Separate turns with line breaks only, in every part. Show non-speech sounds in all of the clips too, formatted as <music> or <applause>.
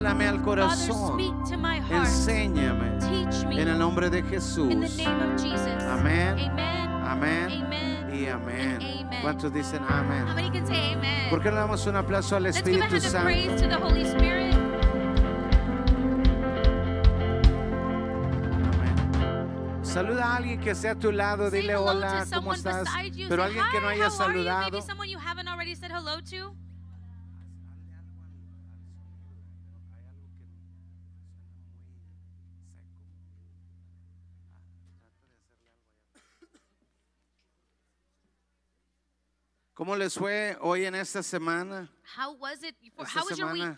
háblame al
Father, speak
corazón,
to my heart.
enséñame
Teach me
en el nombre de Jesús.
in the name of Jesus.
Amén.
Amen.
Amén
Amen.
y amén.
Amen.
¿Cuántos dicen
How
amén?
many can say amen?
¿Por qué no le damos un aplauso al
Let's give a
Espíritu
hand of praise
Santo?
to the Holy Spirit.
Amén. Saluda a alguien que esté a tu lado,
Say
dile
hello
hola,
to
¿cómo
someone
estás?
beside you.
Pero
Say,
alguien que no
"Hi,
haya
how are you?" Maybe
saludado,
someone you haven't already said hello to.
¿cómo les fue hoy en esta semana?
How was it? For,
Esta
how was your week?
semana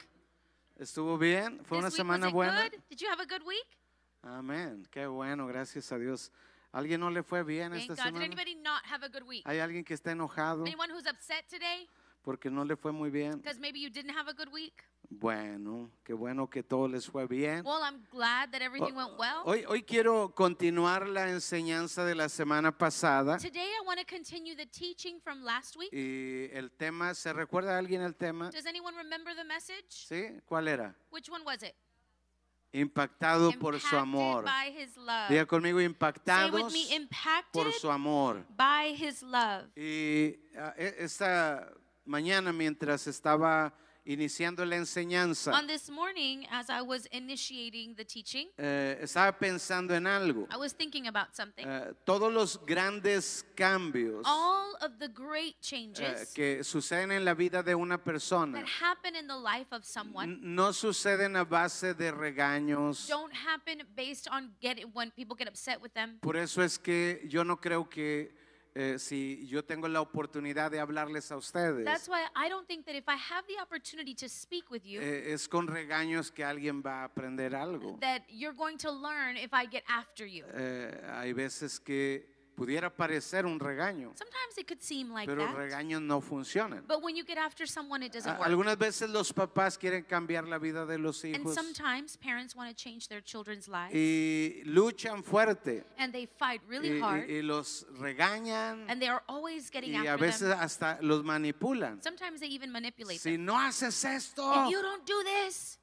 estuvo bien, fue
This
una
week,
semana
was it
buena.
good? Did you have a good week?
Amén, qué bueno, gracias a Dios. ¿Alguien no le fue bien
Thank
esta
God. Did
semana?
anybody not have a good week?
¿Hay alguien que está enojado
Anyone who's upset today
porque no le fue muy bien?
because maybe you didn't have a good week?
Bueno, qué bueno que todo les fue bien.
Well, I'm glad that everything went well.
Hoy, hoy quiero continuar la enseñanza de la semana pasada
Today I want to continue the teaching from last week.
y el tema, ¿se recuerda a alguien el tema?
Does anyone remember the message?
¿Sí? ¿Cuál era?
Which one was it?
Impactado por su
Impacted
amor.
by his love.
Diga conmigo,
Say with
impactados
me, impacted
por su amor.
by his love.
Y ah, e- esta mañana mientras estaba iniciando la enseñanza,
On this morning, as I was initiating the teaching,
eh, estaba pensando en algo.
I was thinking about something.
Eh, todos los grandes cambios
All of the great
eh,
changes
que suceden en la vida de una persona
that happen in the life of someone
n- no suceden a base de regaños.
don't happen based on get when people get upset with them.
Por eso es que yo no creo que eh, si yo tengo la oportunidad de hablarles a
That's
ustedes,
why I don't think that if I have the opportunity to speak with you,
eh, es con regaños que alguien va a aprender algo.
that you're going to learn if I get after you.
Eh, hay veces que pudiera parecer un regaño,
Sometimes it could seem like
pero
that,
regaños no funcionan.
but when you get after someone, it doesn't
A-
work.
Algunas veces los papás quieren cambiar la vida de los
And
hijos
sometimes parents want to change their children's lives
y luchan fuerte
and they fight
y, y-
really hard
y los regañan
and they are always getting
y a
after
veces
them.
hasta los manipulan.
Sometimes they even manipulate
Si
them.
no haces esto,
If you don't do this,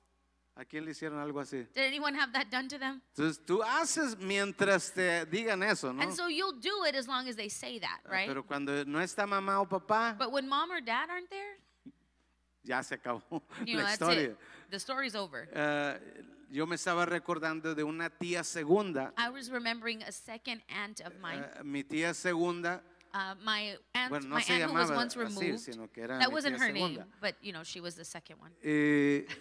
¿a quién le hicieron algo así?
did anyone have that done to them?
Entonces tú haces mientras te digan eso, ¿no?
And so you'll do it as long as they say that,
Ah,
right?
Pero cuando no está mamá o papá,
But when mom or dad aren't
<laughs>
there,
ya se acabó <laughs>
you know,
la
that's
historia.
it. The story's over.
Eh, yo me estaba recordando de una tía segunda.
I was remembering a second aunt of mine.
Eh, mi tía segunda,
Uh, my aunt,
bueno, no
my
se
aunt who was
llamaba
once
así,
removed.
sino que era
That
mi
wasn't
tía
her name,
segunda.
but you know, she was the second one.
Eh, <laughs>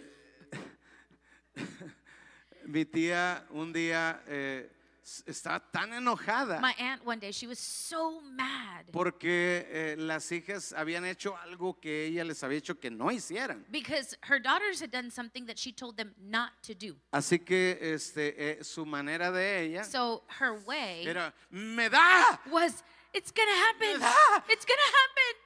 mi tía un día eh, s- estaba tan enojada
My aunt one day, she was so mad
porque eh, las hijas habían hecho algo que ella les había dicho que no hicieran.
because her daughters had done something that she told them not to do.
Así que este, eh, su manera de ella
So her way
era, me da.
was, it's gonna happen,
Ah!
it's gonna happen.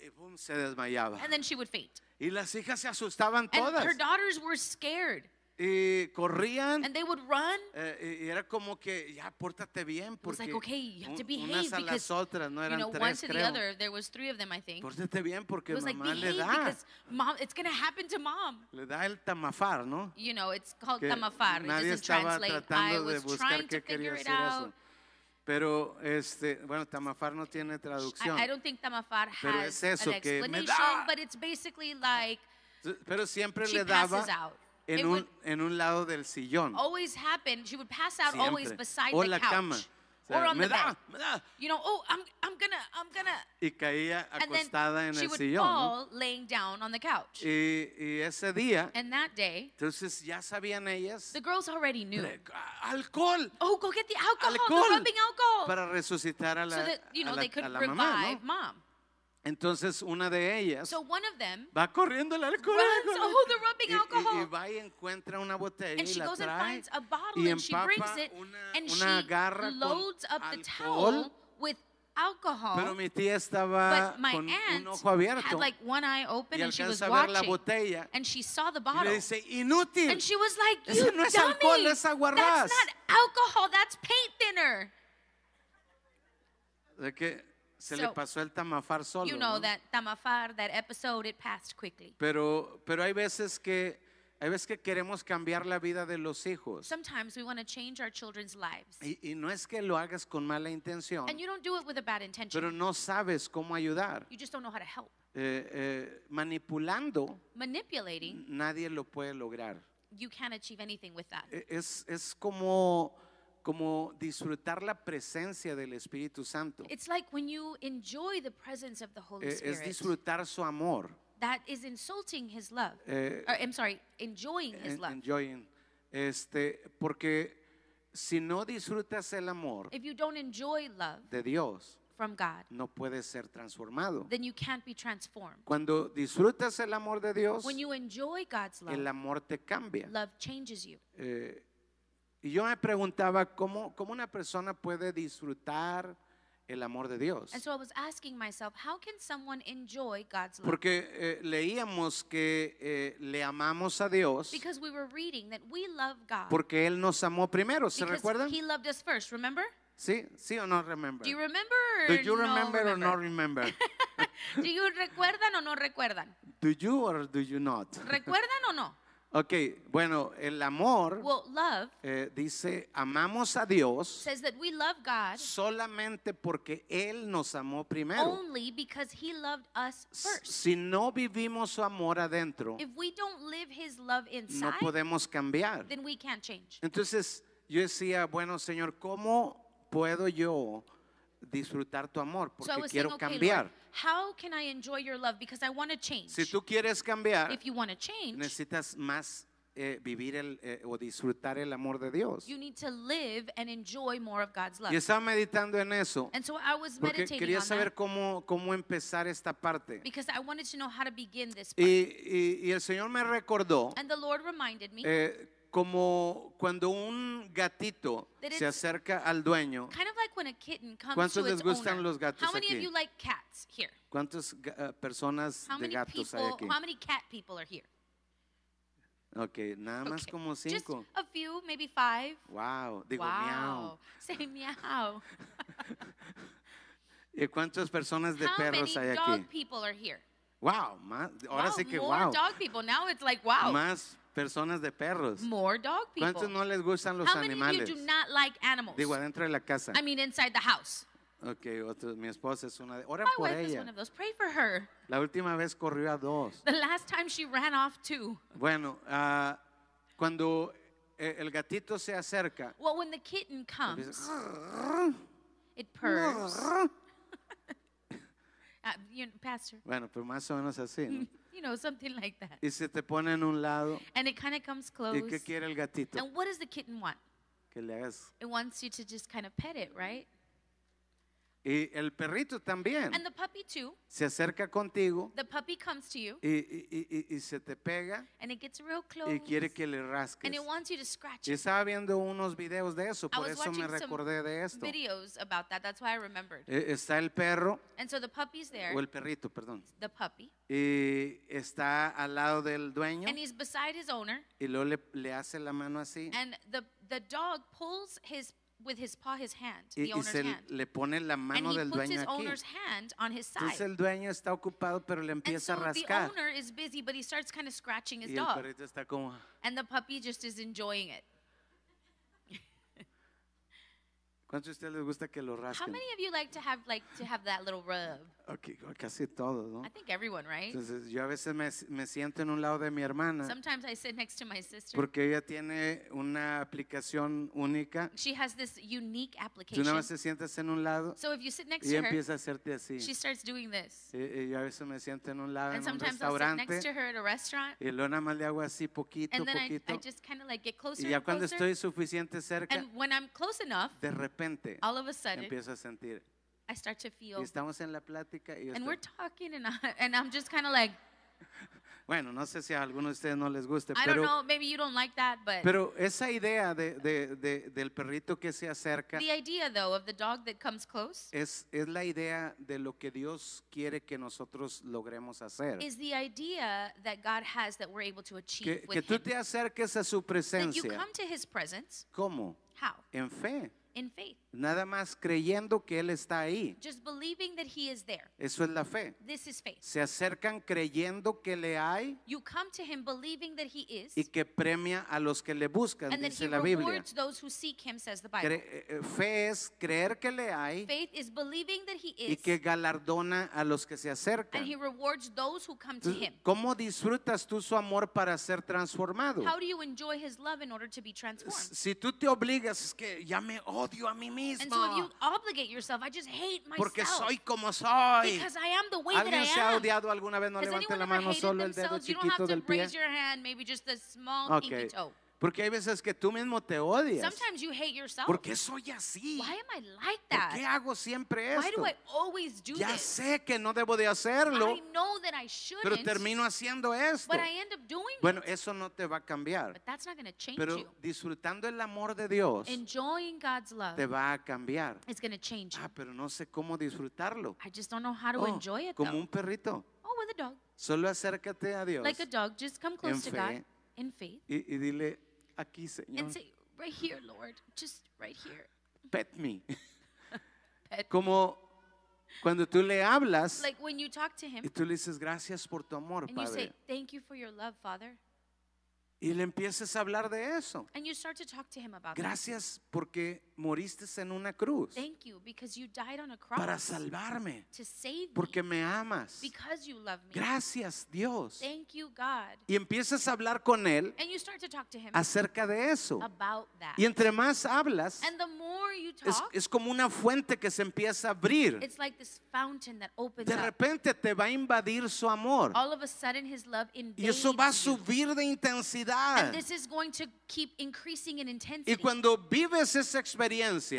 Y pum, se desmayaba.
And then she would faint.
Y las hijas se asustaban
And
todas.
her daughters were scared
Y corrían.
and they would run.
Eh, y y era como que ya pórtate bien
was
porque
like, okay, you have to
un-
behave
unas a las
because,
otras no
You
eran
know, one
tres
to the
creo.
other, there was three of them, I think.
Pórtate bien porque
It was like,
mamá le
behave
da,
because mom, it's gonna happen to mom.
le da el tamafar, ¿no?
You know, it's called
Que
tamafar. It
nadie
doesn't
estaba
translate. I
tratando de
was
buscar
trying to
qué quería
figure it
decir eso.
out.
Pero este, bueno, tamafar no tiene traducción.
I, I don't think tamafar
Pero
has
es eso,
an
que me
explanation,
da.
but it's basically like
Pero siempre
she
le daba
passes out.
en
It
un
would
en un lado del sillón,
always happen. She would pass out always
siempre.
beside
o
the
la
couch
cama. O sea,
or on
me
the
da,
bed.
me da.
You know, oh, I'm, I'm gonna, I'm gonna.
Y caía
And
acostada
then
en
she
el
would
sillón. ¿no?
fall laying down on the couch.
Y, y ese día,
And that day,
entonces ya sabían ellas,
the girls already knew.
"Pre- a- alcohol
Oh, go get the alcohol,
Alcohol.
the rubbing alcohol.
para resucitar a la,
so that, you
a
know,
la-
they
a
could
la
revive
mamá. ¿no?
mom.
Entonces una de ellas
So one of them
va corriendo el alcohol.
runs,
alcohol,
oh, the rubbing
y- y- Y,
alcohol.
va y encuentra una botella
and
y
she
la
goes and
trae
finds a bottle
y
and she brings
empapa
it
una,
and
una
she
garra con
loads up the
alcohol.
towel with alcohol.
Pero mi tía estaba
but my
con
aunt
un ojo abierto
had like one eye open
y
and she was
alcanza a ver la
watching
botella
and she saw the
y
bottle
le dice, inútil.
and she was like,
"Eso
"You
no es
dummy!
alcohol, es aguarrás."
that's not alcohol, that's paint thinner."
De que se le
So,
pasó el tamafar solo.
you know
¿no?
that tamafar, that episode, it passed quickly.
Pero, pero hay veces que hay veces que queremos cambiar la vida de los hijos.
Sometimes we want to change our children's lives.
Y, y no es que lo hagas con mala intención,
And you don't do it with a bad
pero
intention.
no sabes cómo ayudar.
You just don't know how to help.
Eh, eh, manipulando, Mm.
Manipulating,
nadie lo puede lograr.
you can't achieve anything with that.
E- Es, es como, como disfrutar la presencia del Espíritu Santo.
It's like when you enjoy the presence of the Holy
Eh, es
Spirit.
disfrutar su amor.
That is insulting his love.
Eh,
Or, I'm sorry, enjoying his
en-
love.
enjoying. Este, porque si no disfrutas el amor
If you don't enjoy love
de Dios,
from God,
no puedes ser transformado.
then you can't be transformed.
Cuando disfrutas el amor de Dios,
When you enjoy God's
el
love,
amor te cambia.
love changes you.
Eh, y yo me preguntaba cómo, cómo una persona puede disfrutar el amor de Dios.
And so I was asking myself, how can someone enjoy God's love?
Porque eh, leíamos que eh, le amamos a Dios
Because we were reading that we love God.
porque Él nos amó primero. ¿Se recuerdan?
Because he loved us first, remember?
Sí, sí o no remember.
Do you remember or
Do you
no
remember or not
remember?
remember?
<laughs> Do you recuerdan o no recuerdan?
Do you or do you not?
¿Recuerdan o no?
Ok, bueno, el amor
Well, love
eh, dice, amamos a Dios
says that we love God
solamente porque Él nos amó primero.
only because he loved us
S-
first.
Si no vivimos su amor adentro,
If we don't live his love
no
inside,
podemos cambiar.
then we can't change.
Entonces yo decía, bueno Señor, ¿cómo puedo yo disfrutar tu amor?
So I
Porque
was saying,
quiero
okay,
cambiar.
Lord, how can I enjoy your love? Because I want to change.
si tú quieres cambiar,
if you want to change,
necesitas más eh, vivir el, eh, o disfrutar el amor de Dios.
you need to live and enjoy more of God's love.
Y estaba meditando en eso
And so I was
porque
meditating
quería
on
saber
that
cómo, cómo empezar esta parte.
because I wanted to know how to begin this
Y,
part.
y- y el Señor me recordó
and the Lord reminded me,
eh, como cuando un gatito
That
se
it's-
acerca al dueño.
kind of like when a kitten comes
¿Cuántos
to
les
its
gustan
owner.
los gatos
how many
aquí?
of you like cats here?
¿Cuántas ga- eh, personas
How
de
many
gatos hay
people?
aquí?
How many cat people are here?
Ok, nada más
Okay,
como cinco.
Just a few, maybe five.
Wow, digo miau.
wow. <laughs> Say meow.
¿Y cuántas personas de
How many
perros hay
dog
aquí?
people are here?
Wow, más, ahora
wow,
sí que
more
wow.
dog people. Now it's like wow.
Más personas de perros.
More dog people.
¿Cuántos no les gustan los
How many
animales?
of you do not like animals?
Digo, adentro de la casa.
I mean, inside the house.
Ok, otro- mi esposa es una de. Ora
My
por
wife is one
ella.
of those. Pray for her.
La última vez corrió a dos.
The last time she ran off too.
Bueno, ah, cuando eh, el gatito se acerca,
Well, when the kitten comes,
"Ah,
it purrs. Uh, you know, Pastor,
bueno, pues más o menos así. ¿no?
you know, something like that.
Y se te pone en un lado.
And it kind of comes close.
¿Y qué quiere el gatito?
And what does the kitten want?
Que le hagas.
It wants you to just kind of pet it, right?
Y el perrito también
And the puppy too.
se acerca contigo
The puppy comes to you
y, y- y- y- y se te pega
and it gets real close.
y quiere que le
and
rasques.
it wants you to scratch
Y
it.
estaba viendo unos videos de eso,
I
por
was
eso me
watching some
recordé de esto. Eh,
videos about that. That's why I remembered.
Está el perro,
And so the puppy's there,
o el perrito, perdón,
the puppy,
y está al lado del dueño
and he's beside his owner.
y luego le, le hace la mano así
And the, the dog pulls his with his paw his hand, the
y, y
owner's
se
hand.
le pone la
And
mano
he
del
puts
dueño
his
aquí.
owner's hand on his
Entonces
side.
el dueño está ocupado, pero le
And
empieza
so
a
the
rascar
owner is busy, but he starts kind of scratching his
y el
dog.
perrito está como,
And the puppy just is enjoying it.
¿cuántos de ustedes les gusta que lo
How
rasquen?
many of you like to have like to have that little rub?
Ok, casi todos, ¿no?
I think everyone, right?
Entonces eh. yo a veces me, me siento en un lado de mi hermana
Sometimes I sit next to my sister.
porque ella tiene una aplicación única.
She has this unique
Tú nada
application.
más te sientas en un lado
So if you sit next
y ella
to her,
empieza a hacerte así.
she starts doing this.
Y- y yo a veces me siento en un lado
And
en un
sometimes I'll sit next to
restaurante
her at a restaurant,
y luego nada más le hago así poquito,
and then I, I
poquito.
just kind of like get closer
Y ya
and
cuando
closer.
estoy suficiente cerca,
And when I'm close enough,
de repente
all of a sudden,
empiezo a sentir.
I start to
Y
feel.
estamos en la plática y yo
And
estoy-
we're talking, and I, <laughs> and I'm just kind of like,
bueno, no sé si a algunos de ustedes no les guste,
I don't
pero,
know, maybe you don't like that, but
pero esa idea de, de- de- del perrito que se acerca
the idea though of the dog that comes close
es, es la idea de lo que Dios quiere que nosotros logremos hacer.
is the idea that God has that we're able to
Que,
achieve
que
with
tú
Him.
te acerques a su
That you
presencia.
come to His presence.
¿Cómo?
How?
En fe.
in faith,
nada más creyendo que Él está ahí.
just believing that He is there.
Eso es la fe.
This is faith.
Se acercan creyendo que le hay
You come to Him believing that He is,
y que premia a los que le buscan,
and then He
dice la Biblia.
rewards those who seek Him, says the Bible.
Cre- eh, eh, fe es creer que le hay
Faith is believing that He
y que
is,
galardona a los que se acercan.
and He rewards those who come to
Entonces,
Him.
¿Cómo disfrutas tú su amor para ser transformado?
How do you enjoy His love in order to be transformed?
Si tú te obligas, es que ya me odio a mí
And so if you
mismo
obligate yourself, I just hate
porque
myself
soy como soy.
because I am the way that
¿Alguien se ha
I am.
odiado alguna vez? No
Has
levante
anyone
la
ever
mano,
hated
solo el dedo
themselves? You don't have
chiquito
to
del pie.
raise your hand, maybe just the small
Ok.
pinky toe.
Porque hay veces que tú mismo te odias.
Sometimes you hate yourself.
¿Por qué soy así?
Why am I like
¿Por qué
that?
hago siempre
Why
esto?
do I always do
Ya
this?
sé que no debo de hacerlo,
I know that I
pero
shouldn't,
termino haciendo esto.
but I end up doing
Bueno,
it.
eso no te va a cambiar,
But that's not going to change you.
pero disfrutando el amor de Dios
Enjoying God's love
te va a cambiar.
is going to change you.
Ah, pero no sé cómo disfrutarlo.
I just don't know how to
Oh,
enjoy it,
como
though.
un perrito.
Oh, with a dog.
Solo acércate a Dios
Like a dog, just come
en
close to God
fe.
in faith
y, y dile, aquí Señor,
and say, right here, Lord, just right here.
pet
<laughs>
me.
Pet.
Como cuando tú le hablas
Like when you talk to him
y tú le dices, gracias por tu amor,
and you say,
Padre.
thank you for your love, Father.
Y le empiezas a hablar de eso.
And you start to talk to him about that.
Gracias porque moriste en una cruz
Thank you because you died on a
para
cross
salvarme,
to save
porque
me
me amas.
because you love me.
Gracias, Dios.
Thank you, God.
Y empiezas a hablar con él
And you start to talk to him
acerca de eso.
about that.
Y entre más hablas,
And the more you
es,
talk,
es como una fuente que se empieza a abrir.
it's like this fountain that opens
De
up.
repente te va a invadir su amor.
All of a sudden, his love
Y
invades
eso va a
you.
subir de intensidad.
And this is going to keep increasing in
Y
intensity.
cuando vives esa experiencia,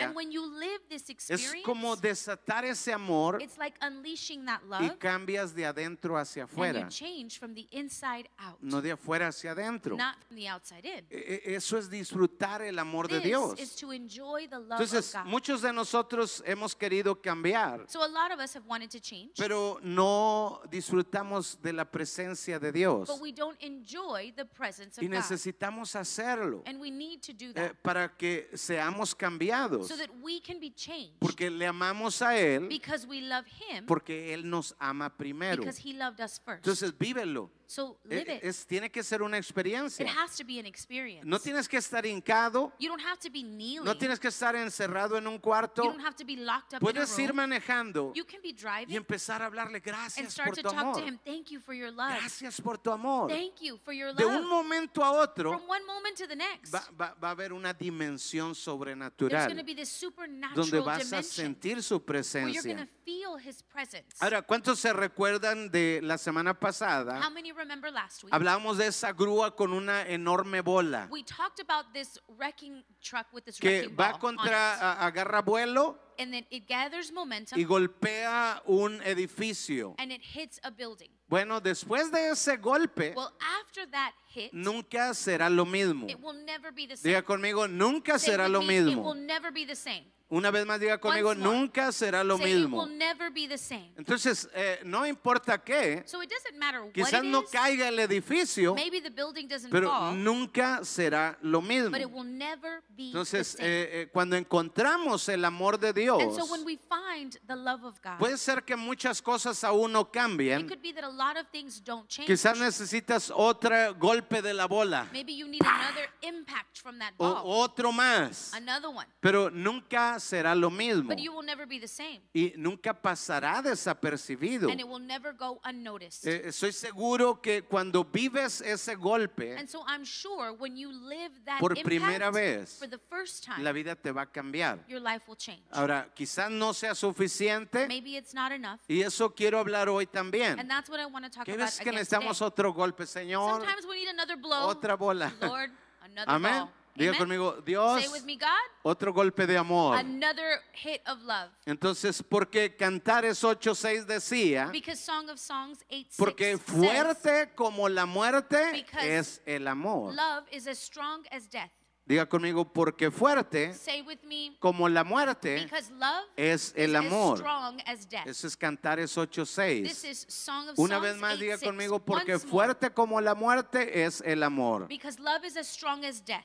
And when you live this
es
experience,
como desatar ese amor
it's like unleashing that
y
love
cambias de adentro hacia
and you
afuera,
change from the inside out,
no de afuera hacia adentro.
not from the outside in.
E- e- Eso es disfrutar el amor de
This is
Dios.
to enjoy the love
Entonces,
of God.
muchos de nosotros hemos querido cambiar,
So a lot of us have wanted to change,
pero no disfrutamos de la presencia de Dios.
but we don't enjoy the presence of
Y
God.
necesitamos hacerlo
And we need to do
eh,
that
para que seamos cambiados,
so that we can be changed
porque le amamos a Él,
because we love Him
porque Él nos ama primero.
because He loved us first.
Entonces, vívelo.
so
E-
live
e-
it.
es- tiene que ser una
It
experiencia.
has to be an experience.
No tienes que estar hincado,
you don't have to be kneeling.
no tienes que estar encerrado en un
you
cuarto.
don't have to be locked up in a
Puedes ir
room.
manejando
you can be
y
driving
empezar a hablarle
and
gracias por
start to
tu
talk
amor.
to Him. Thank you for your love.
Gracias por tu amor.
Thank you for your
De un
love.
momento a otro
From one moment to the next,
va, va- va a haber una dimensión
there's going to
sobrenatural
be this supernatural
donde vas a
dimension
sentir su
where you're going
presencia.
to feel His presence.
Ahora, ¿cuántos se recuerdan de la semana
How
pasada?
many remember last week?
Hablábamos de esa grúa con una enorme bola
We talked about this wrecking truck with this
que
wrecking
va
ball on
contra,
it.
a- agarra vuelo
and then it gathers momentum
y golpea un edificio.
and it hits a building.
Bueno, después de ese golpe,
Well, after that hit,
nunca será lo mismo.
it will never be the same.
Diga conmigo, nunca
Say
será
with
lo
me, It will
mismo.
never be the same.
Una vez más, diga conmigo,
Once more.
nunca será lo
Say it will
mismo.
never be the same.
Entonces, eh, no importa qué,
So it doesn't matter what
quizás
it
no
is.
caiga el edificio,
Maybe the building doesn't
pero
fall,
nunca será lo mismo.
but it will never be
Entonces,
the same.
eh, eh, cuando encontramos el amor de
and
Dios,
so when we find the love of God,
puede ser que muchas cosas aún no
it
cambien.
could be that a lot of things don't change.
Quizás necesitas otro golpe de la bola
Maybe you need another impact from that
o
ball,
otro más,
another one.
pero nunca será lo mismo
But you will never be the same.
y nunca pasará desapercibido.
And it will never go unnoticed.
Eh, estoy seguro que cuando vives ese golpe,
and so I'm sure when you live that
Por
impact
primera vez,
for the first time,
la vida te va a cambiar.
your life will change.
Ahora, quizás no sea suficiente
Maybe it's not enough.
y eso quiero hablar hoy
And
también.
that's what I want to talk
Que
about
ves que
again
necesitamos
today.
otro golpe, Señor,
Sometimes we need another blow.
otra bola.
<laughs> Lord, another
Amén.
ball.
Diga
Amen.
conmigo, Dios,
Say with me, God,
otro golpe de amor.
another hit of love.
Entonces, porque Cantares 8:6 decía,
Because Song of Songs 8
porque
says,
fuerte como la muerte
Because
es el amor.
love is as strong as death.
Diga conmigo, porque fuerte
Say with me,
como la muerte
because love
es el
is as
amor.
strong as death.
Eso es Cantares
This
8:6.
is Song of
Una
Songs
vez más diga
8:6.
conmigo, porque
Once more,
fuerte como la muerte es el amor.
Because love is as strong as death.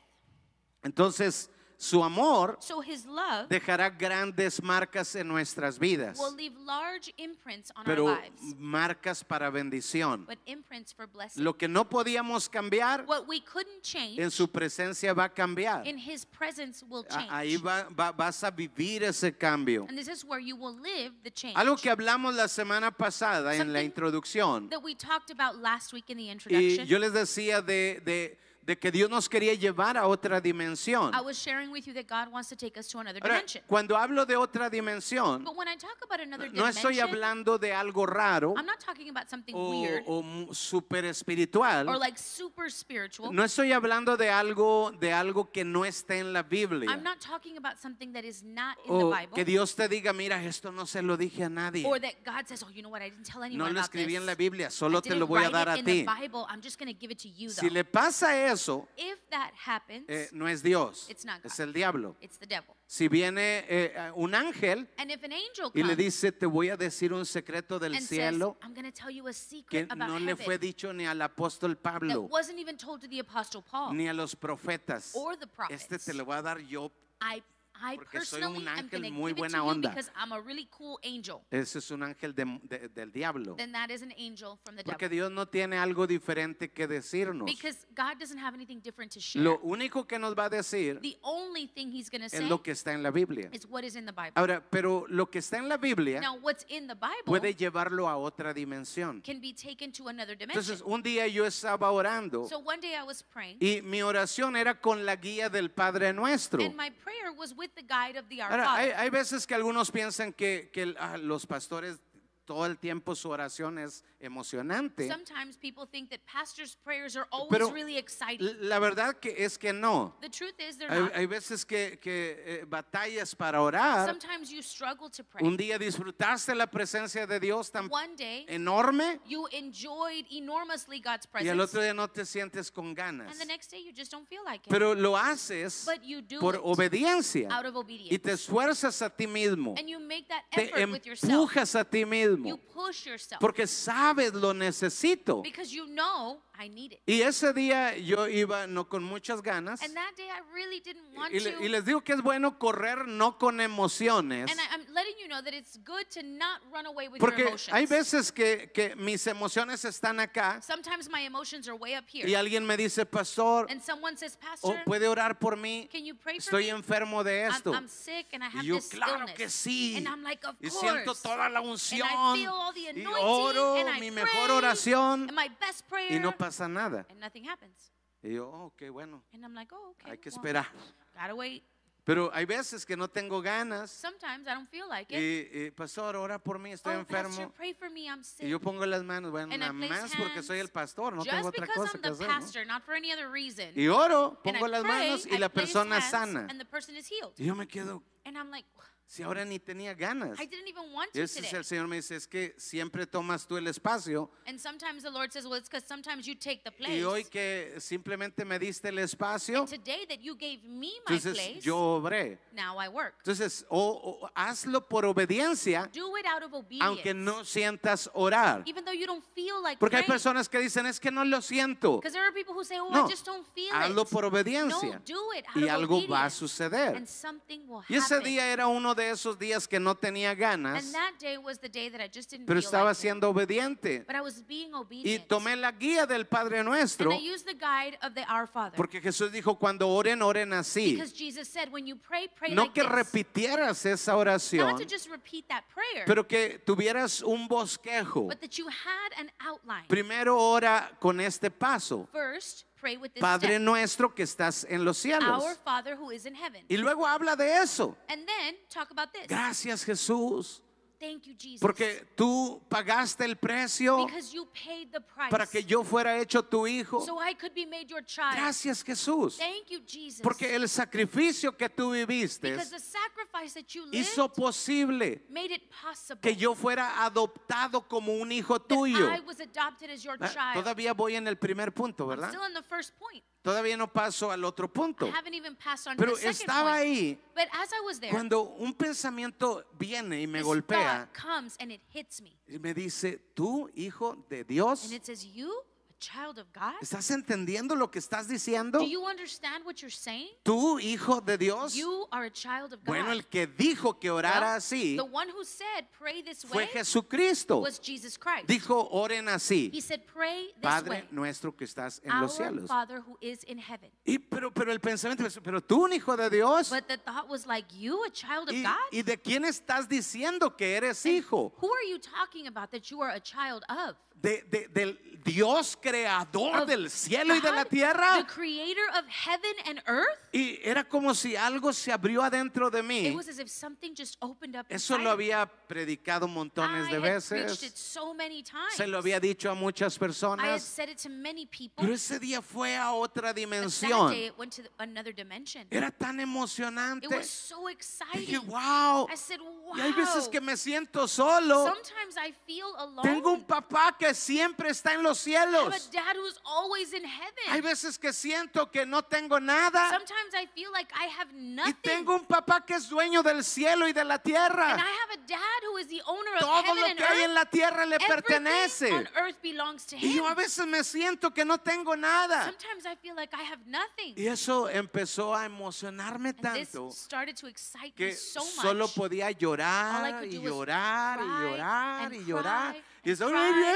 Entonces, su amor
So his love
dejará grandes marcas en nuestras vidas,
will leave large imprints on our
pero
lives,
marcas para bendición.
but imprints for blessing.
Lo que no podíamos cambiar,
What we couldn't change
en su presencia va a cambiar.
in his presence will change.
A- Ahí va- va- vas a vivir ese cambio.
And this is where you will live the change
Algo que hablamos la semana pasada en la
Something
introducción.
that we talked about last week in the
Y
introduction.
yo les decía de, de- de que Dios nos quería llevar a otra dimensión.
I was sharing with you that God wants to take us to another
Ahora,
dimension.
cuando hablo de otra dimensión,
But when I talk about another
no estoy
dimension,
hablando de algo raro
I'm not talking about something
o,
weird
o mu- super espiritual.
or like super spiritual.
No estoy hablando de algo, de algo que no esté en la Biblia.
I'm not talking about something that is not in the
O
Bible.
que Dios te diga, mira, esto no se lo dije a nadie.
Or that God says, oh, you know what? I didn't tell anyone
No lo
about this.
escribí en la
I
Biblia, solo te
didn't
lo voy a
write
dar
it
a
in
ti.
the Bible. I'm just going to give it to you, though.
Si le pasa eso,
if that happens,
eh, no es Dios,
It's not God.
es el diablo.
it's the devil.
Si viene eh, un ángel
And if an angel
y
comes
le dice, te voy a decir un secreto del
and
cielo
says, I'm going to tell you a
que
secret about
no le
heaven
fue dicho ni al apóstol
that
Pablo,
wasn't even told to the Apostle Paul,
ni a los profetas.
or the prophets.
Este te lo voy a dar yo.
I, I
Porque soy un
personally am
ángel
going to
muy
give it
buena
to you
onda.
because I'm a really cool angel.
Ese es un ángel de- de- del diablo.
Then that is an angel from the
Porque
devil.
Dios no tiene algo diferente que decirnos.
Because God doesn't have anything different to share.
Lo único que nos va a decir
the only thing he's going to
es
say
lo que está en la Biblia.
is what is in the Bible.
Ahora, pero lo que está en la Biblia
now, what's in the Bible
puede llevarlo a otra dimensión.
can be taken to another dimension.
Entonces, un día yo estaba orando
so one day I was praying,
y mi oración era con la guía del Padre Nuestro.
and my prayer was with the guide of the Our
Ahora, hay,
Father.
hay veces que algunos piensan que, que el- ah, los pastores todo el tiempo su oración es emocionante.
Sometimes people think that pastors' prayers are always
Pero
really exciting.
L- La verdad que es que no.
the truth is they're
Hay,
not.
hay veces que, que, eh, batallas para orar.
Sometimes you struggle to pray.
Un día disfrutaste la presencia de Dios tan
one day
enorme
you enjoyed enormously God's
y
presence,
al otro día no te sientes con ganas.
and the next day you just don't feel like it.
Pero lo haces
But you do
por
it
obediencia
out of
y te
obedience.
esfuerzas a ti mismo.
And you make that
Te
effort with yourself.
empujas a ti
You
mismo
push yourself
porque sabes lo necesito.
because you know I need it.
Y ese día yo iba no con muchas ganas
And that day I really didn't want
y,
to.
le- y les digo que es bueno correr no con emociones.
and I, I'm letting you know that it's good to not run away with your
Porque
emotions.
hay veces que, que mis emociones están acá
Sometimes my emotions are way up here.
y alguien me dice, pastor,
and someone says,
o
Pastor,
puede orar por mí,
can you pray for
estoy
me?
enfermo de
I'm,
esto.
I'm sick and I have
Y yo,
this
claro
illness.
que sí.
And I'm like, of
Y
course.
siento toda la
and
unción
I feel all the
y
anointing
oro
and I
mi
pray,
mejor oración
and my best prayer
y no pasa nada.
and nothing happens.
Y yo, oh, qué bueno,
And I'm like, oh, okay.
hay que
well,
esperar.
gotta wait.
Pero hay veces que no tengo ganas
Sometimes I don't feel like
y,
it.
y, pastor, ora por mí, estoy
oh, Pastor,
enfermo.
pray for me. I'm sick.
Y yo pongo las manos, bueno,
And I
nada
place
más porque soy el
hands.
pastor, no
Just
tengo otra
because
cosa
I'm
que
the
hacer. ¿no?
pastor, not for any other reason.
Y oro,
and I
pongo las
pray,
manos y
I
la
place
persona
hands,
sana.
And the person is healed.
Y yo me quedo,
And I'm like,
si ahora ni tenía ganas.
I didn't even want
Y
to
ese
today.
es el Señor me dice, es que siempre tomas tú el espacio
And sometimes the Lord says, well, it's because sometimes you take the place.
y hoy que simplemente me diste el espacio,
and today that you gave me my
entonces
place,
yo obré.
now I work.
Entonces, o- o hazlo por obediencia,
Do it out of obedience.
aunque no sientas orar.
even though you don't feel like
Porque hay
praying.
personas que dicen, es que no lo siento.
Because there are people who say, "Oh,
No,
I just don't feel
hazlo
it."
por obediencia.
No, do it out
Y
of
algo va a
obedience,
suceder.
And something will
Y ese
happen.
día era uno de esos días que no tenía ganas,
and that day was the day that I just didn't
pero
feel
estaba
like it.
siendo obediente.
But I was being
Y
obedient.
tomé la guía del Padre Nuestro,
and I used the guide of the Our Father.
porque Jesús dijo, cuando oren, oren así.
because Jesus said, when you pray, pray
No
like
que
this.
repitieras esa
Not
oración,
to just repeat that prayer,
pero que tuvieras un bosquejo.
but that you had an outline.
Primero ora con este paso,
First, pray with this
Padre
step.
Nuestro que estás en los cielos.
Our Father who is in heaven.
Y luego habla de eso.
and then talk about this.
Gracias Jesús,
Thank you, Jesus.
porque tú pagaste el precio
because you paid the price.
para que yo fuera hecho tu hijo.
so I could be made your child.
Gracias Jesús,
Thank you, Jesus.
porque el sacrificio que tú viviste
because the sacrifice that you lived
hizo posible
made it possible
que yo fuera adoptado como un hijo tuyo.
that I was adopted as your
Ah,
child.
Todavía voy en el primer punto,
I'm
¿verdad?
still in the first point.
Todavía no paso al otro punto.
I haven't even passed on
Pero
to the second
estaba
point.
ahí
But as I was there,
cuando un pensamiento viene y me
this
golpea
thought comes and it hits me.
y me dice, tú, hijo de
And
Dios,
it says, you, a child of God?
¿Estás entendiendo lo que estás diciendo?
Do you understand what you're saying?
Tú, hijo de Dios.
You are a child of God.
Bueno, el que dijo que orara
Well,
así
the one who said, pray this
fue
way,
Jesucristo.
was Jesus Christ.
Dijo, oren
He
así.
said, pray this way,
Padre nuestro que estás en
our
los cielos.
Father who is in heaven.
Y pero, pero el pensamiento es, pero tú un hijo de Dios.
But the thought was like, you, a child of
¿Y,
God?
y de quién estás diciendo que eres hijo?
Who are you talking about that you are a child of?
De- de- del Dios creador
Of
del cielo y de la
God,
tierra.
The creator of heaven and earth?
Y era como si algo se abrió adentro de
It
mí.
was as if something just opened up
Eso
inside
lo
of me.
había predicado montones
I
de
had preached it
veces.
so many times.
Se lo había dicho a muchas
I had
personas.
said it to many people.
Pero ese día fue a otra
but that
dimensión.
day it went to the- another dimension.
Era tan
It
emocionante.
was so
Dije,
exciting.
wow.
I said, wow.
Y hay veces que me siento solo.
Sometimes I feel alone.
Tengo un papá que siempre está en los
I have
cielos.
a dad who's always in
Hay
heaven.
veces que siento que no tengo nada.
Sometimes I feel like I have
Y
nothing.
tengo un papá que es dueño del cielo y de la
And
tierra.
I have a dad who is the owner of
Todo
heaven
lo
and
que hay
earth.
en la tierra le
Everything on
pertenece.
earth belongs to
Y
him.
yo a veces me siento que no tengo nada.
Sometimes I feel like I have nothing.
Y eso empezó a emocionarme
And this
tanto
started to excite me
que
so much.
solo podía
All I
llorar
could
y
do was
llorar y
cry
llorar
and
y llorar.
cry
Y
and
eso-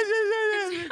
cry.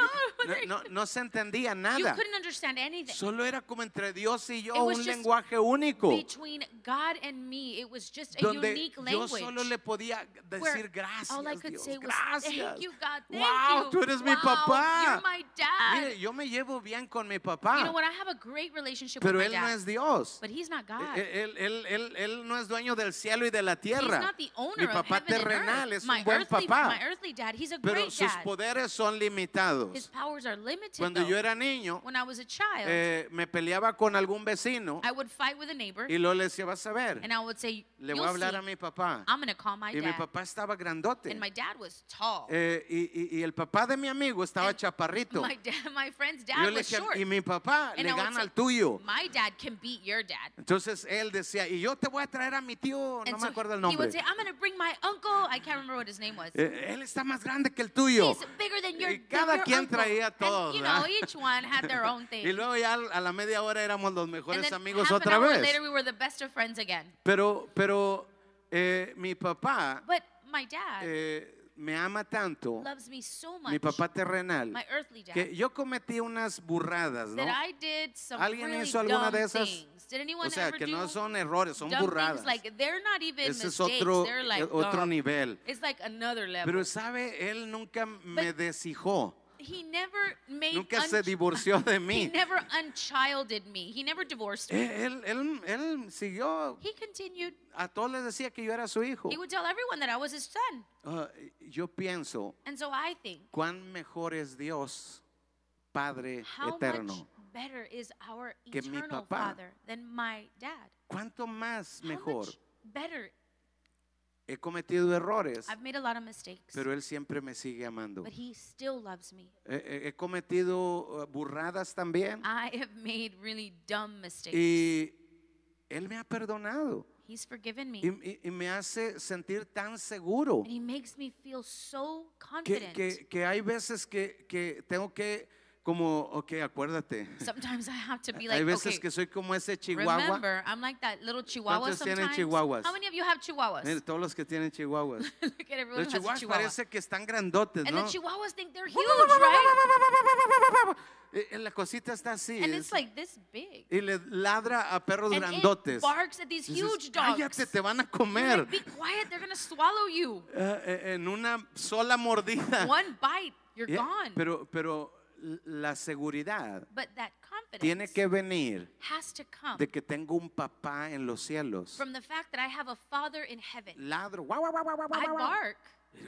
<laughs>
no, no, no se entendía
you
nada.
couldn't understand anything.
Solo era como entre Dios y yo
It was
un
just
lenguaje único
Between God and me, it was just a
donde
unique
yo
language.
solo le podía
where
decir gracias,
all I could
Dios,
say was,
gracias.
Thank you, God. Thank
wow,
you.
tú eres mi
Wow,
papá.
You're my dad.
Mire, yo me llevo bien con mi
you
papá,
know what? I have a great relationship
pero
with
él
my dad.
no es Dios. E,
but he's not God.
Él, él- él- él no es dueño del cielo y de la
He's
eh, tierra.
not the owner
Mi
of
papá
heaven and
terrenal
earth.
es
my
un buen
earthly,
papá,
My earthly dad, he's a
pero
great
sus
dad.
poderes son
His
limitados.
powers are limited.
Cuando
though.
yo era niño,
when I was a child,
eh, me peleaba con algún vecino
I would fight with a neighbor,
y luego le decía, vas a ver,
and I would say,
le
"You'll
voy a hablar
see,
a mi papá.
I'm gonna call my
Y mi
dad."
papá estaba grandote.
And my dad was tall. <laughs>
Eh, y, y- y el papá de mi amigo estaba
And
chaparrito.
My dad, my friend's
Y yo
dad
le
was
decía,
short.
y mi papá
And
le
I would
gana
say,
al tuyo.
My dad can beat your dad.
Entonces él decía, y yo te voy a traer a mi tío, no
And
me
so
acuerdo el
he
nombre.
would say, I'm gonna bring my uncle. I can't remember what his name was.
Eh, él está más grande que el tuyo.
He's bigger than your,
Y
than
Eh, cada
your
quien
uncle.
traía
And,
todos,
you
¿verdad?
know, each one had their own
<laughs>
thing.
Y luego ya al- a la media hora éramos los
and
mejores
then
amigos
half an
otra
hour
vez.
later, we were the best of friends again.
Pero, pero eh, mi papá
But my dad
eh, me ama tanto,
loves me so much.
mi papá terrenal,
my earthly dad.
que yo cometí unas burradas, ¿no?
that I did some
¿Alguien
really
hizo alguna
dumb
de esas?
things. Did anyone
O sea,
ever
que
do
no son errores, son
dumb
burradas.
things? Like they're not even
Ese es
mistakes.
otro, eh,
they're like "Oh,
otro
dumb.
nivel.
It's like another level.
Pero sabe, él nunca me deshijó,
he never made
nunca
un-
se divorció de
He
mí.
never unchilded me. He never divorced me.
Eh, Él, él, él siguió,
He continued.
a todos les decía que yo era su hijo.
He would tell everyone that I was his son.
Ah, yo pienso,
And so I think
cuán mejor es Dios, Padre
how much
eterno.
better is our
que mi
eternal
papá.
father than my dad?
Cuánto más
How
mejor.
much better?
He cometido errores,
I've made a lot of mistakes,
pero él siempre me sigue amando.
but he still loves me.
He, he- he cometido eh, burradas también
I have made really dumb mistakes.
y él me ha perdonado.
He's forgiven me.
Y, y- y me hace sentir tan seguro
and he makes me feel so
que,
confident.
que- que hay veces que, que tengo que, como, ok, acuérdate.
Sometimes I have
<laughs>
to be like,
Hay veces
okay,
que soy como ese chihuahua.
remember, I'm like that little chihuahua
¿Cuántos tienen
sometimes.
chihuahuas?
How many of you have chihuahuas?
Miren, todos los que tienen chihuahuas.
<laughs> Look at <laughs> everyone
Los
who has
chihuahuas
a chihuahua.
parece que están grandotes,
And
¿no?
the chihuahuas
<laughs>
think they're huge, right?
Eh, eh, La cosita está así.
And
es-
it's like this big.
y le ladra a perros
And
grandotes.
it barks at these
Dices,
huge dogs.
Cállate, te van a
You're
comer.
like, be quiet, they're going to swallow
<laughs>
you.
Eh, eh, en una sola mordida.
One bite, you're
Yeah,
gone.
Eh, Pero, pero la seguridad
but that
tiene
confidence
que venir
has to come
de que tengo un papá en los cielos.
from the fact that I have a father in heaven.
Ladro. guau, guau, guau, guau, guau,
I
guau.
bark,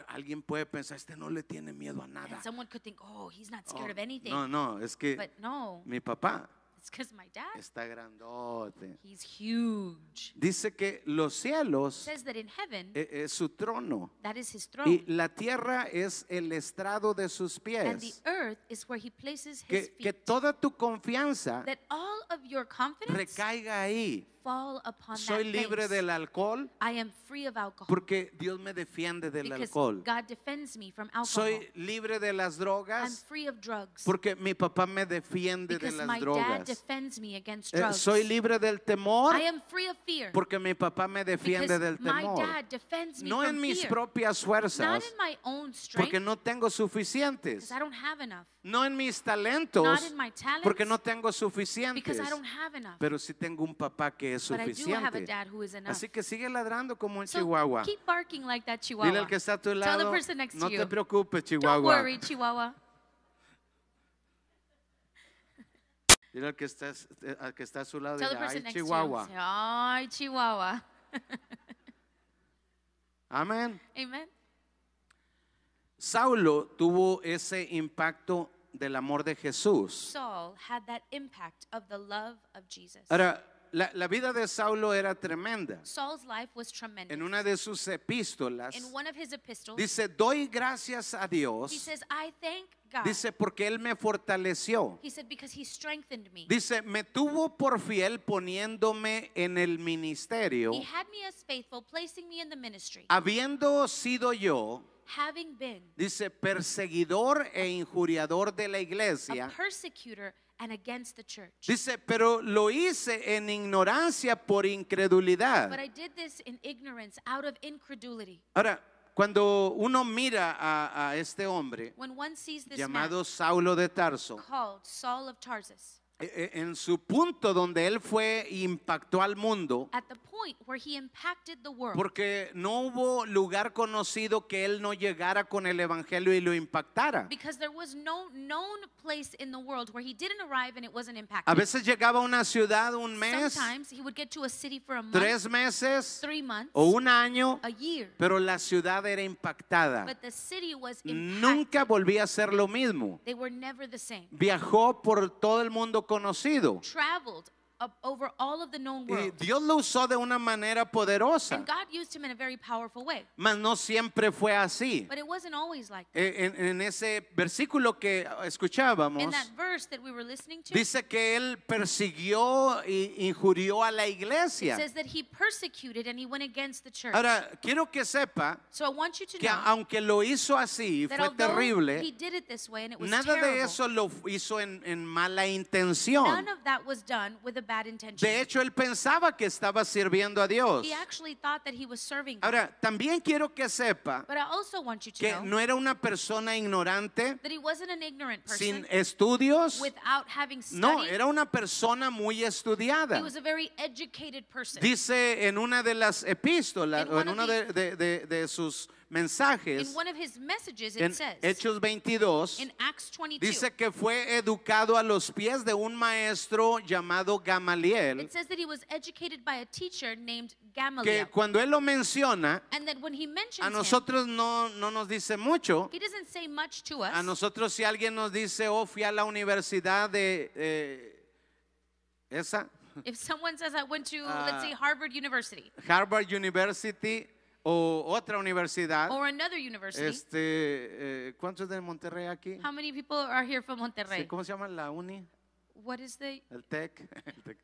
Alguien puede pensar, este no le tiene miedo a nada.
and someone could think, oh, he's not
Oh,
scared of anything.
no, no, es que
But no,
mi papá
it's because my dad,
está grandote.
he's huge.
Dice que los cielos
says that in heaven,
eh, es su trono
that is his
y
throne,
la tierra es el estrado de sus
and the
pies.
earth is where he places his
Que, que
feet.
toda tu confianza
That all of your confidence
recaiga ahí.
fall upon
Soy
that
libre
place.
del alcohol
I am free of alcohol
porque Dios me defiende del
because
alcohol.
God defends me from alcohol.
Soy libre de las
I'm
drogas
free of drugs
porque mi papá me defiende de
because my
las
dad
drogas.
defends me against
Eh,
drugs.
Soy libre del temor
I am free of fear
porque mi papá me
because
defiende del
my
temor.
dad defends me
No
from
en mis
fear.
propias
Not
fuerzas
in my own strength
porque no tengo
because
suficientes.
I don't have enough.
No en mis
Not
talentos
in my talents
porque no tengo
because
suficientes.
I don't have enough.
Pero sí tengo un papá que es
but I do have a
suficiente.
dad who is enough.
Así que sigue ladrando como en
so
Chihuahua.
keep barking like that Chihuahua.
Dile al que está a tu
Tell the
lado,
person next
no
to
te
you.
preocupes,
Don't
Chihuahua.
worry, Chihuahua.
Dile al que está, eh, al que está a su lado,
Tell the
diga,
person
ay,
next
Chihuahua.
to you. Say, Ay, Chihuahua. "Oh".
Amén.
Amen.
Saulo tuvo ese impacto del amor de Jesús.
Saul had that impact of the love of Jesus.
Ahora, la, la vida de Saulo era tremenda.
Saul's life was tremendous.
En una de sus epístolas,
In one of his epistles,
dice, doy gracias a Dios.
he says, I thank God.
Dice, porque Él me fortaleció.
he said, because he strengthened me.
Dice, me tuvo por fiel poniéndome en el ministerio,
He had me as faithful, placing me in the ministry,
habiendo sido yo,
having been
dice, perseguidor e injuriador de la
a
iglesia.
persecutor and against the church.
Dice, pero lo hice en ignorancia por incredulidad.
But I did this in ignorance, out of incredulity.
Ahora, cuando uno mira a, a este hombre
When one sees this
llamado Saulo de Tarso,
man called Saul of Tarsus,
e- e- en su punto donde él fue, impactó al mundo,
at the point where he impacted the world,
porque no hubo lugar conocido que él no llegara con el Evangelio y lo impactara.
because there was no known place in the world where he didn't arrive and it wasn't impacted.
A veces llegaba a una ciudad un mes,
Sometimes he would get to a city for a month,
tres meses
three months,
o un año,
a year,
pero la ciudad era impactada.
but the city was impacted.
Nunca volvía a ser lo mismo.
They were never the same.
Viajó por todo el mundo conocido.
Traveled up over all of the known
Y
world,
Eh, Dios lo usó de una manera poderosa,
and God used him in a very powerful way.
mas no siempre fue así.
But it wasn't always like that.
En, en ese versículo que
In
escuchábamos,
that verse that we were listening to,
dice que él persiguió e injurió a la
It
iglesia.
says that he persecuted and he went against the church.
Ahora, quiero que sepa
so I want you to
que
know
aunque lo hizo así,
that
fue
although he
terrible,
did it this way and it was
nada
terrible,
de eso lo hizo en, en mala intención.
none of that was done with a bad intention.
De hecho, él pensaba que estaba sirviendo a Dios.
he actually thought that he was serving God.
Ahora, también quiero que sepa
But I also want you to
que
know
no era una persona ignorante,
that he wasn't an ignorant person
sin estudios.
without having studied.
No, era una persona muy
he
estudiada.
was a very educated person.
Dice en una de las epístolas,
In
o en
one of
uno de, de- de- de sus mensajes,
in one of his messages it
en
says
Hechos 22,
in Acts 22
dice que fue educado a los pies de un maestro llamado Gamaliel,
it says that he was educated by a teacher named
que
Gamaliel.
cuando él lo menciona,
and that when he mentions
a
him
nosotros no, no nos dice mucho.
He doesn't say much to us.
A nosotros si alguien nos dice, oh, fui a la universidad de eh, esa,
if someone says I went to, let's say,
Ah.
Harvard University
Harvard University o otra universidad.
or another university,
Este, eh, ¿cuántos de Monterrey aquí?
how many people are here from
Sí,
Monterrey?
¿Cómo se llama la uni?
What is the?
El TEC. <laughs> El Tec.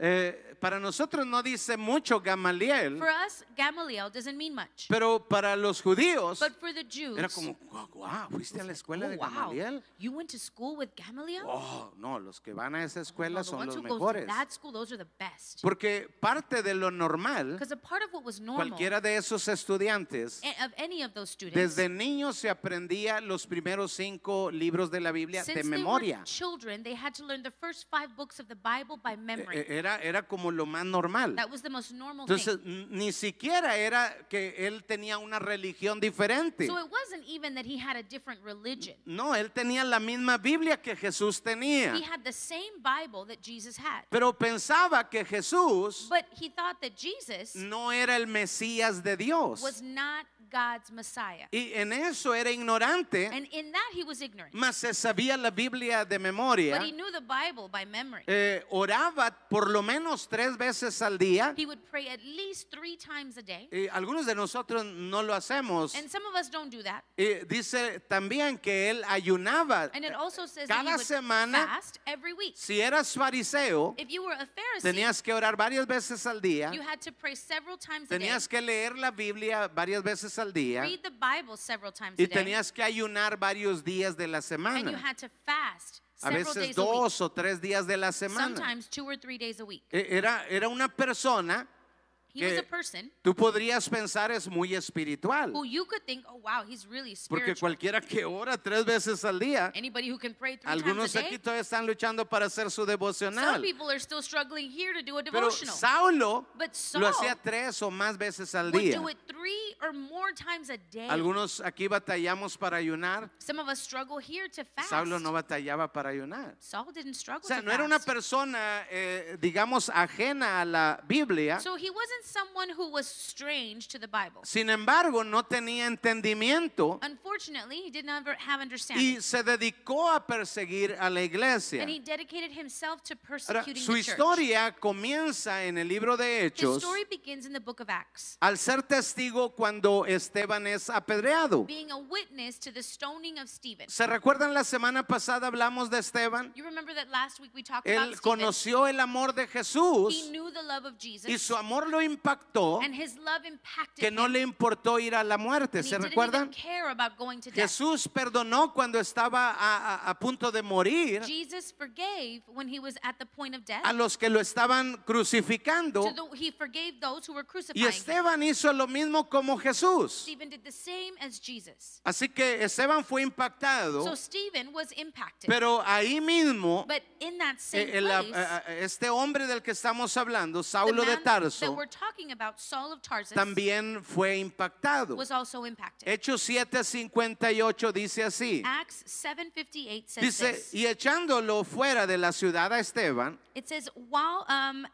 Eh, para nosotros no dice mucho Gamaliel,
For us, Gamaliel doesn't mean much,
pero para los judíos
but for the Jews,
era como, wow, ¿fuiste a la escuela
oh,
de
wow,
Gamaliel?
you went to school with Gamaliel?
Oh, no, los que van a esa escuela
No, the
son
ones
los
who go to
mejores.
that school, those are the best.
Porque parte de lo normal,
Because a part of what was normal
cualquiera de esos estudiantes,
a- of any of those students,
desde niños se aprendía los primeros cinco libros de la Biblia
since
de
they
memoria.
were children, they had to learn the first five books of the Bible by memory.
E- Era, era como lo más normal.
that was the most normal thing.
Entonces, n- ni siquiera era que él tenía una religión diferente.
So it wasn't even that he had a different religion.
No, él tenía la misma Biblia que Jesús tenía.
He had the same Bible that Jesus had.
Pero pensaba que Jesús Mm.
But he thought that Jesus
no era el Mesías de Dios.
was not God's Messiah.
Y en eso era ignorante,
And in that, he was ignorant.
mas se sabía la Biblia de memoria.
But he knew the Bible by memory.
Eh, oraba por lo menos tres veces al día.
He would pray at least three times a day.
Eh, algunos de nosotros no lo hacemos.
And some of us don't do that.
Eh, dice también que él ayunaba.
And it also says
Cada
that he would
semana-
fast every week.
Si eras fariseo,
If you were a Pharisee,
tenías que orar varias veces al día.
you had to pray several times a day,
Tenías que leer la Biblia varias veces al día.
read the Bible several times
Y
a day,
tenías que ayunar varios días de la
and you
semana.
had to fast
A
several
veces
days a week.
dos o tres días de la semana.
Sometimes two or three days a week.
Eh, Era, era una persona,
He was
que-
a person
tú podrías pensar es muy espiritual.
who you could think, oh wow, he's really
Porque
spiritual.
cualquiera que ora tres veces al día,
Anybody who can pray three
algunos
times a
aquí
day.
todavía están luchando para hacer su
eh, Some
devocional.
people are still struggling here to do a
Pero
devotional.
Saulo
But
lo
Saul
hacía tres o más veces al
would
día.
do it three or more times a day.
Algunos aquí batallamos para ayunar.
Some of us struggle here to fast.
Saulo no batallaba para ayunar.
Saul didn't
O
struggle
sea,
to
no era una
fast.
persona, eh, digamos, ajena a la Biblia.
So he wasn't someone who was strange to the Bible.
Sin embargo, no tenía entendimiento
Unfortunately, he did not ever have understanding.
y se dedicó a perseguir a la iglesia.
And he dedicated himself to
Ahora,
persecuting
su
the church.
historia comienza en el libro de
His
Hechos
story begins in the book of Acts,
al ser testigo cuando Esteban es apedreado.
being a witness to the stoning of Stephen.
¿Se recuerdan la semana pasada hablamos de Esteban?
You remember that last week we talked about
Él
Stephen.
conoció el amor de
He
Jesús
knew the love of Jesus,
y su amor lo impactó
and his love impacted
que no
him.
le importó ir a la muerte.
and he
¿Se
didn't
recuerdan?
even care about going to death.
Jesús perdonó cuando estaba a, a- a punto de morir
Jesus forgave when he was at the point of death.
a los que lo estaban crucificando
To the- he forgave those who were
y
crucifying him.
Esteban hizo lo mismo como Jesús.
Stephen did the same as Jesus.
Así que Esteban fue impactado,
So Stephen was impacted.
pero ahí mismo
but in that same
eh, el-
place,
ah, ah, este hombre del que estamos hablando,
the
Saulo de
man that
Tarso,
we're talking about, Saul of Tarsus,
también fue impactado.
was also impacted.
Hechos 7:58 dice así.
Acts 7:58 says
Dice,
this.
y echándolo fuera de la ciudad a Esteban,
It says, while um,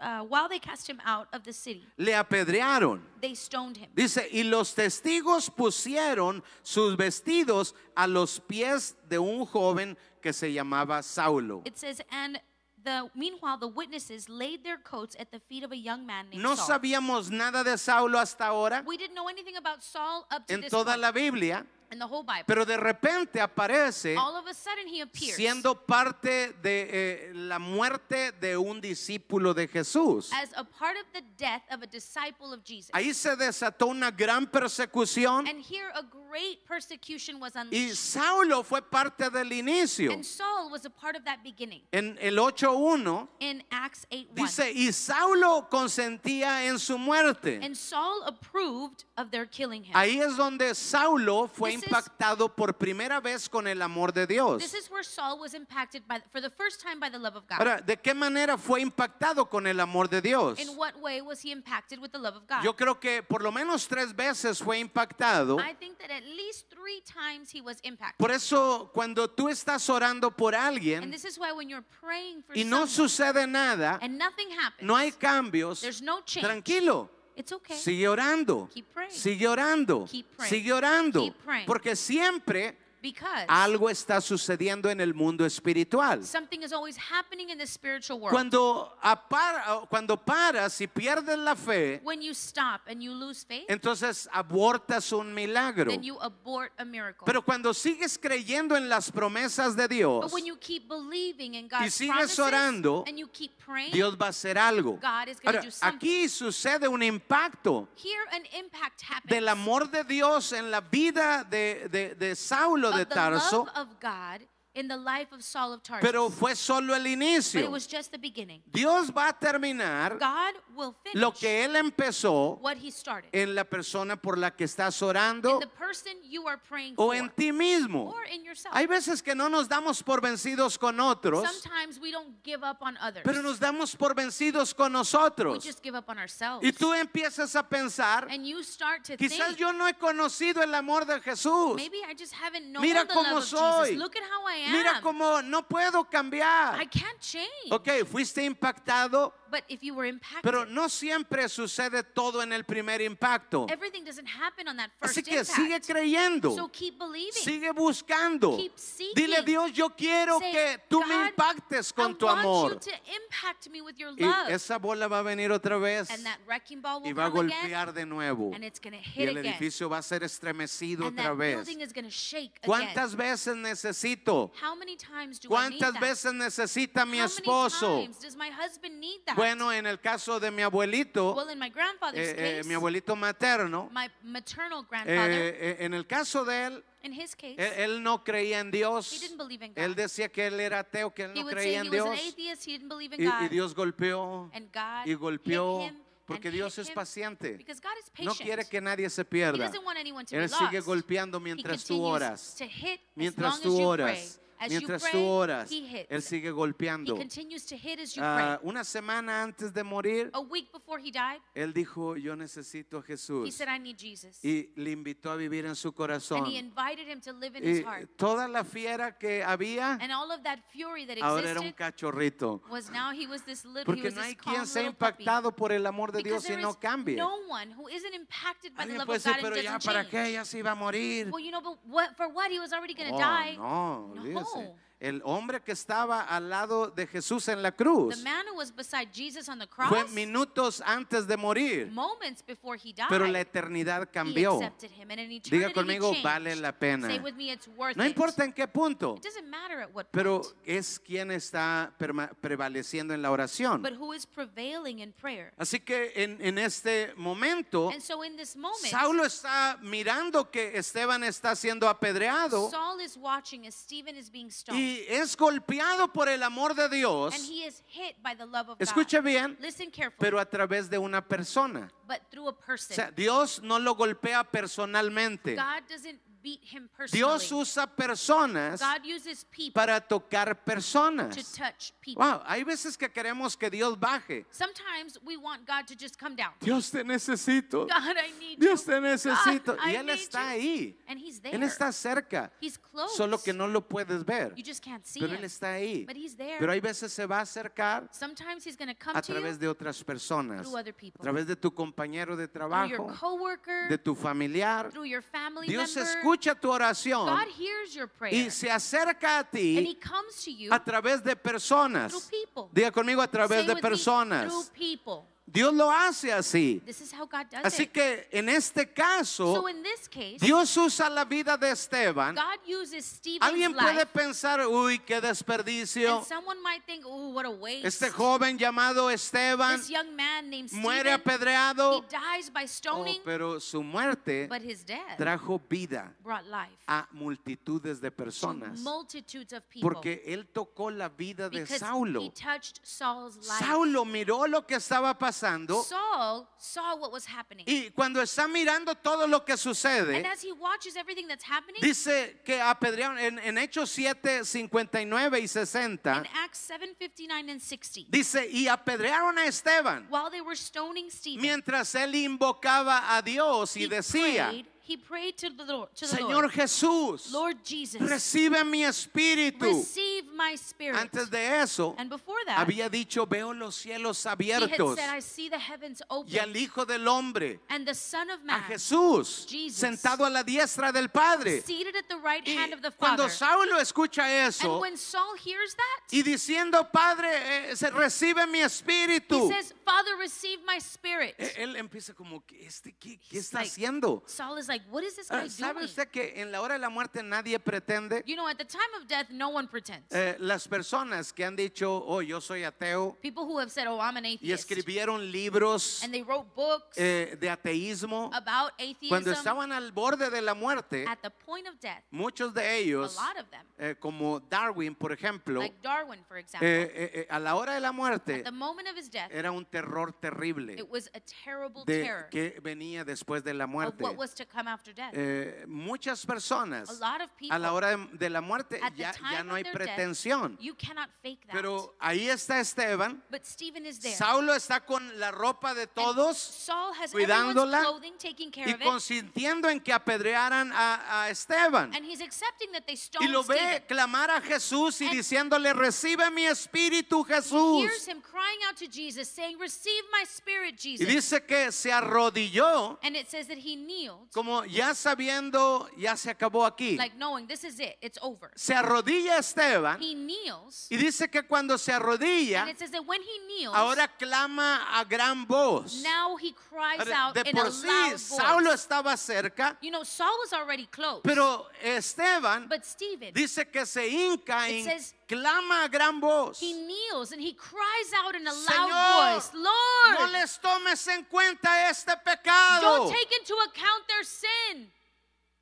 uh, while they cast him out of the city,
le apedrearon.
they stoned him.
Dice, y los testigos pusieron sus vestidos a los pies de un joven que se llamaba Saulo.
It says, and the meanwhile the witnesses laid their coats at the feet of a young man named
No
Saul.
sabíamos nada de Saulo hasta ahora
We didn't know anything about Saul up to
en
this
toda
point
la Biblia,
in the whole Bible.
pero de repente aparece
All of a sudden he appears
siendo parte de eh, la muerte de un discípulo de Jesús.
as a part of the death of a disciple of Jesus.
Ahí se desató una gran persecución
And here a great persecution was
y
unleashed.
Saulo fue parte del inicio.
And Saul was a part of that beginning.
En el 8.1
In Acts 8 1.
dice, y Saulo consentía en su muerte.
And Saul approved of their killing him.
Ahí es donde Saulo fue
This is-
impactado por primera vez con el amor de
This
Dios.
is where Saul was impacted by, for the first time by the love of God.
Ahora, ¿de qué manera fue impactado con el amor de Dios?
In what way was he impacted with the love of God?
Yo creo que por lo menos tres veces fue impactado.
I think that at least three times he was impacted.
Por eso, cuando tú estás orando por
and
alguien
this is why when you're praying for
y no
someone
sucede nada,
and nothing happens,
no hay cambios,
there's no change.
tranquilo.
It's okay.
Sigue orando.
Keep praying.
Sigue orando.
Keep praying.
Sigue orando.
Keep praying.
Porque siempre
Because
algo está sucediendo en el mundo espiritual.
something is always happening in the spiritual world.
Cuando, apar- cuando paras y pierdes la fe,
when you stop and you lose faith,
entonces abortas un milagro.
then you abort a miracle.
Pero cuando sigues creyendo en las promesas de
but
Dios,
when you keep believing in God's
sigues
promises
orando,
and you keep praying,
Dios va a hacer algo.
God is gonna
Ahora,
do something.
aquí sucede un impacto
here an impact happens.
del amor de Dios en la vida de, de- de Saulo
of
de
the
Tarso,
love of God in the life of Saul of Tarsus.
pero fue solo el
but it
inicio.
was just the beginning.
Dios va a terminar
God will finish
lo que él empezó
what he started
en la persona por la que estás
in
orando
the person you are praying
o
for
en ti mismo.
or in yourself.
Hay veces que no nos damos por vencidos con otros,
Sometimes we don't give up on others.
pero nos damos por vencidos con
we
nosotros.
just give up on ourselves.
Y tú empiezas a pensar,
and you start to
quizás
think
yo no he conocido el amor de Jesús.
maybe I just haven't known
Mira
the
cómo
love of
soy.
Jesus. Look at how I
Mira
am.
cómo no puedo
I
cambiar.
can't change.
Ok, fuiste impactado,
But if you were impacted,
pero no siempre sucede todo en el primer impacto.
everything doesn't happen on that first
Así que
impact.
sigue creyendo.
So keep believing.
Sigue buscando.
Keep seeking.
Dile Dios, yo quiero
Say,
que tú me
"God,
impactes
I
con tu
want
amor.
you to impact me with your
Y
love.
esa bola va a venir otra vez
and that wrecking ball will
y va a
come again,
golpear de nuevo.
and it's going to
Y
hit
el
again.
edificio va a ser estremecido
And
otra
that
vez.
building is going to shake again.
¿Cuántas veces necesito?
How many times do I need
¿Cuántas
that?
veces necesita mi
How
esposo?
many times does my husband need that?
Bueno, en el caso de mi abuelito,
well, in my grandfather's
eh, eh,
case,
mi abuelito materno,
my maternal grandfather,
eh, eh, en el caso de él,
in his case,
él, él no creía en
he
Dios.
didn't believe in God.
Él decía que él era ateo, que él
he
no
would say
creía
he
en
was an
Dios.
atheist, he didn't believe in
Y,
God.
y Dios golpeó
and God
y golpeó
hit him
porque
and
Dios
hit
es
him
paciente.
Because God is patient.
No quiere que nadie se
he
pierda.
doesn't want anyone to
Él
be
sigue
lost.
golpeando
He
mientras tú
continues
oras.
to hit
Mientras
as long
tú
as you pray.
oras,
As you
mientras
pray,
tú oras,
he hits.
Él sigue
he
golpeando.
continues to hit as you
Ah,
pray.
una semana antes de morir,
A week before he died,
él dijo, yo necesito a
he
Jesús.
said, I need Jesus.
Y le invitó a vivir en su
and
corazón.
he invited him to live in
Y
his heart.
toda la fiera que había,
And all of that fury that
ahora era un
existed
cachorrito.
was now he was this little, he
Porque
was
no
this
hay
calm
quien sea
little puppy.
impactado por el amor de Dios
Because
y
there
no
is
cambie.
no one who isn't impacted by the
Alguien
love
puede
of
decir,
God and
pero ya,
doesn't
¿para
change.
qué? Ya se iba a morir.
Well, you know, but what, for what? He was already going to
Oh,
die.
no,
No.
olvídese. El hombre que estaba al lado de Jesús en la cruz
The man who was beside Jesus on the
fue
cross,
minutos antes de morir,
moments before he died,
pero la eternidad
he
cambió.
accepted him. And in eternity
Diga
he
conmigo,
changed.
vale la pena.
Say with me, it's worth
No
it.
importa en qué punto,
It doesn't matter at what
pero
point,
es quien está perma- prevaleciendo en la oración.
but who is prevailing in prayer.
Así que en, en este momento,
And so in this moment,
Saulo está mirando que Esteban está siendo apedreado
Saul is watching as Stephen is being stoned.
y es golpeado por el amor de
and
Dios.
he is hit by the love of
Escuche
God.
bien,
Listen carefully.
pero a través de una persona.
but through a person.
O sea, Dios no lo golpea personalmente.
God doesn't beat him personally.
Dios usa personas
God uses people
para tocar
to
personas.
touch people.
Wow, hay veces que queremos que Dios baje.
Sometimes we want God to just come down.
Dios te necesito.
God, I need you.
Dios te necesito.
God, I
Y Él
need
está
you.
ahí.
And he's there.
Él está cerca.
He's close.
Solo que no lo puedes ver.
You just can't see
Pero
him.
Él está ahí.
But he's there.
Pero hay veces se va a acercar
Sometimes he's going to come
a
to you
través de otras personas.
through other
A
people.
través de tu compañero de
through your
trabajo,
coworker,
de tu familiar.
through your family
Dios
member.
escucha tu oración
God hears your prayer.
y se acerca a
and
ti
he comes to you
a través de personas.
through people.
Diga conmigo a través
Say
de
with me, through
personas.
people.
Dios lo hace así.
This is how God does
Así
it.
que en este caso,
so in this case,
Dios usa la vida de Esteban.
God uses Stephen's
Alguien puede
life,
pensar, uy, qué desperdicio.
and someone might think, "Oh, what a waste!"
Este joven llamado Esteban
this young man named
muere
Stephen, he
apedreado.
dies by
Oh,
stoning,
pero su muerte
but his death
trajo vida
brought life
a multitudes de
to
personas.
multitudes of people
Porque él tocó la vida de
because he
Saulo.
touched Saul's life.
Saulo miró lo que estaba pasando
Saul saw what was happening,
y cuando está mirando todo lo que
and
sucede,
as he watches everything that's happening
dice que apedrearon en, en Hechos 7, 59 y
in
60,
Acts 7:59 and 60,
dice, y apedrearon a Esteban
while they were stoning Stephen,
mientras él invocaba a Dios y
he
decía,
prayed. He prayed to the Lord. To the
Señor
Lord,
Jesús,
Lord Jesus,
recibe mi espíritu.
receive my spirit.
Antes de eso,
and before that,
había dicho, veo los cielos
he had
abiertos
said, I see the heavens open
y al Hijo del Hombre.
and the Son of
a
Man
Jesús
Jesus.
sentado a la diestra del Padre.
seated at the right
Y
hand of the
cuando
Father.
Saulo escucha
and
eso
when Saul hears that,
y diciendo, Padre, eh, se recibe mi
he
espíritu,
says, Father, receive my spirit.
Eh, él empieza como, "¿Qué- ¿este qué, qué
He's
está
like,
haciendo?
Saul is like, What is this
Ah,
guy
¿Sabe
doing?
usted que en la hora de la muerte nadie pretende?
You know, at the time of death, no one pretends.
Eh, las personas que han dicho, oh, yo soy ateo
People who have said, Oh, I'm an
y
atheist.
escribieron libros
and they wrote books
eh, de ateísmo,
about
cuando
atheism
estaban al borde de la muerte,
at the point of death.
muchos de
A
ellos,
lot of them,
eh, como Darwin, por ejemplo,
like Darwin, for example,
Eh, eh, eh, a la hora de la muerte
at the moment of his death,
era un terror terrible
it was a terrible
eh, de
terror.
que venía después de la
of
muerte.
what was to come after death.
Eh, muchas personas
A lot of
a la
people
hora de, de la muerte
at the
ya, ya
time
no
of
hay
their death,
canción.
You cannot fake that.
Pero ahí está Esteban.
but Stephen is there.
Saulo está con la ropa de
And
todos
Saul has
cuidándola
everyone's clothing, taking care
y
of it.
consintiendo en que apedrearan a, a Esteban.
And he's accepting that they stoned
Y lo
Stephen.
ve clamar a Jesús y
And-
diciéndole, recibe mi espíritu
hears
Jesús.
him crying out to Jesus, saying, Receive my spirit,
Y
Jesus.
dice que se arrodilló
and it says that he kneeled,
como ya sabiendo, ya se acabó aquí.
like knowing this is it, it's over.
Se arrodilla Esteban
He kneels,
y dice que cuando se arrodilla,
and it says that when he kneels,
ahora clama a gran voz.
now he cries
Ahora,
out
De
in a
por
loud
sí,
voice.
Saulo estaba cerca,
you know, Saul was already close,
pero Esteban
but Stephen,
dice que se hinca y
It says-
clama a gran voz.
he kneels and he cries out in a
Señor,
loud voice,
No
Lord,
les tomes en cuenta este pecado.
don't take into account their sin.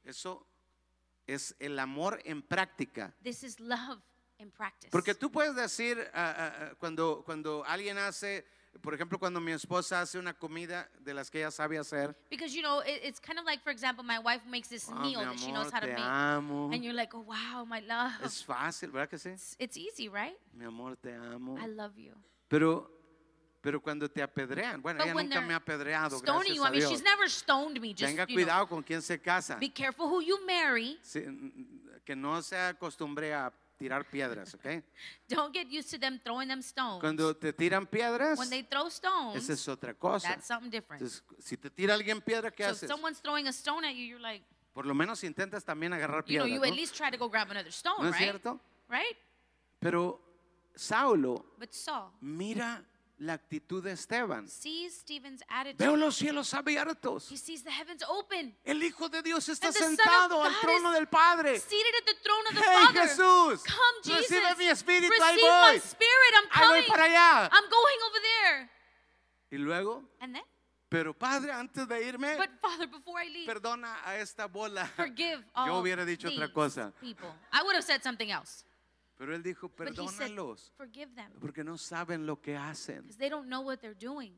Eso es el amor en práctica.
This is love in practice.
Porque tú puedes decir, ah, ah, ah, cuando, cuando alguien hace, por ejemplo, cuando mi esposa hace una comida de las que ella sabe hacer,
Because you know, it, it's kind of like, for example, my wife makes this
"Ah, mi
meal that she knows
amor,
how to
te
make.
amo.
And you're like, oh, wow, my love.
Es fácil, ¿verdad que sí?
It's, it's easy, right?
Mi amor, te amo.
I love you.
Pero, pero cuando te apedrean, bueno,
But
ella
when
nunca
they're
me ha apedreado,
Stoning
gracias
you. I
a
mean, she's
Dios.
never stoned me. Just,
Tenga
you know,
cuidado con quién se casa.
be careful who you marry.
Sí, n- que no se acostumbre a tirar piedras,
<laughs>
¿ok?
Don't get used to them throwing them stones.
Cuando te tiran piedras,
when they throw stones,
esa es otra cosa.
that's something different.
Entonces, si te tira alguien piedra, ¿qué
so if
haces?
someone's throwing a stone at you, you're like,
Por lo menos intentas también agarrar
you know,
piedras.
you
¿no?
at least try to go grab another stone,
¿No es
right?
cierto?
Right?
Pero Saulo
But Saul
mira la actitud de Esteban.
sees Stephen's attitude.
Veo los cielos abiertos.
He sees the heavens open,
El Hijo de Dios está
And the Son of
sentado al
God
trono
is
del Padre.
seated at the throne of the
Hey
Father.
Jesús,
Come, Jesus.
recibe mi espíritu, ahí
Receive my
voy.
spirit. I'm
Ahí voy
coming.
para allá.
<laughs> I'm going over there.
Y luego,
And then,
pero Padre, antes de irme,
but Father, before I leave,
perdona a esta bola.
forgive all
Yo hubiera dicho
these
otra cosa.
people. I would have said something else.
Pero él dijo,
But he said,
perdónalos,
forgive them
porque no saben lo que hacen.
because they don't know what they're doing.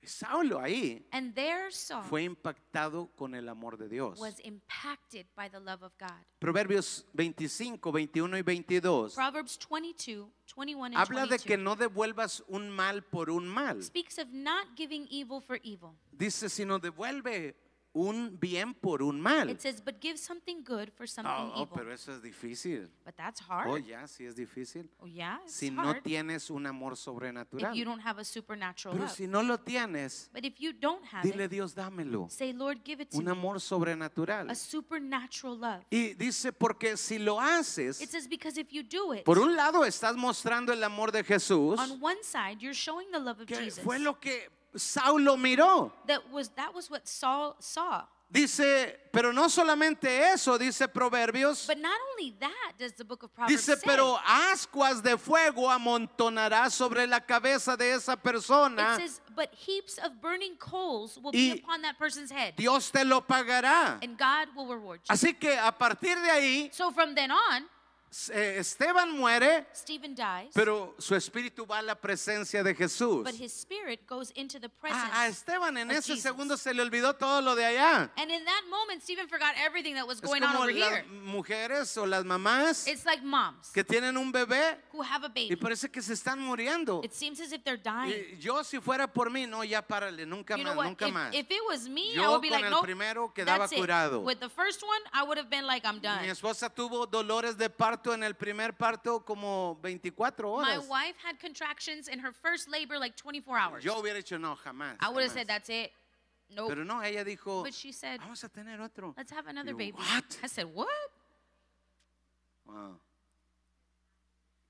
Y Saulo ahí
And their song
fue impactado con el amor de Dios.
Oh. was impacted by the love of God.
Proverbios 25, 21 y 22
Proverbs 22, 21 and
habla de que
22
no devuelvas un mal por un mal.
speaks of not giving evil for evil.
Dice, sino devuelve un bien por un mal.
It says, but give something good for something
Oh, oh,
evil.
pero eso es difícil.
But that's hard.
Oh, ya, sí es difícil.
Oh, yeah, it's
Si
hard
no tienes un amor
if you
sobrenatural.
don't have a supernatural
Pero
love.
si no lo tienes,
but if you don't have
dile
it,
Dios, dámelo.
say, Lord, give it to
Un
me.
amor sobrenatural.
A supernatural love.
Y dice, porque si lo
It
haces,
says, because if you do it,
por un lado estás mostrando el amor de Jesús,
on one side, you're showing the love of
que
Jesus.
fue lo que Saulo miró.
That was that was what Saul saw.
Dice, pero no solamente eso, dice Proverbios.
But not only that does the book of Proverbs
Dice,
say.
pero ascuas de fuego amontonará sobre la cabeza de esa
it
persona.
says, but heaps of burning coals will be
Y-
upon that person's head,
Dios te lo pagará.
and God will reward you.
Así que a partir de ahí,
So from then on,
eh, Esteban muere,
Stephen dies,
pero su espíritu va a la presencia de Jesús.
but his spirit goes into
Ah,
the presence.
A, a Esteban en
of
ese
Jesus.
segundo se le olvidó todo lo de allá.
And in that moment, Stephen forgot everything that was
Es
going on
como
over here.
las mujeres o las mamás
It's like moms
que tienen un bebé
who have a
y
baby.
parece que se están muriendo.
It seems as if they're dying.
Y yo si fuera por mí, no, ya párale, nunca
You know
más,
what?
nunca
If,
más.
if it was me, I
Yo
would be
con
like,
el
no,
primero quedaba
that's
curado."
it. With the first one, I would have been like, I'm
Mi
done.
esposa tuvo dolores de parto en el primer parto como 24
My
horas.
wife had contractions in her first labor like 24 hours.
Yo hubiera dicho no, jamás.
I would have
jamás".
said, that's it. Nope.
Pero no, ella dijo,
But she said,
vamos a tener otro.
Let's have another
Yo,
baby.
"What?"
I said, what?
Wow.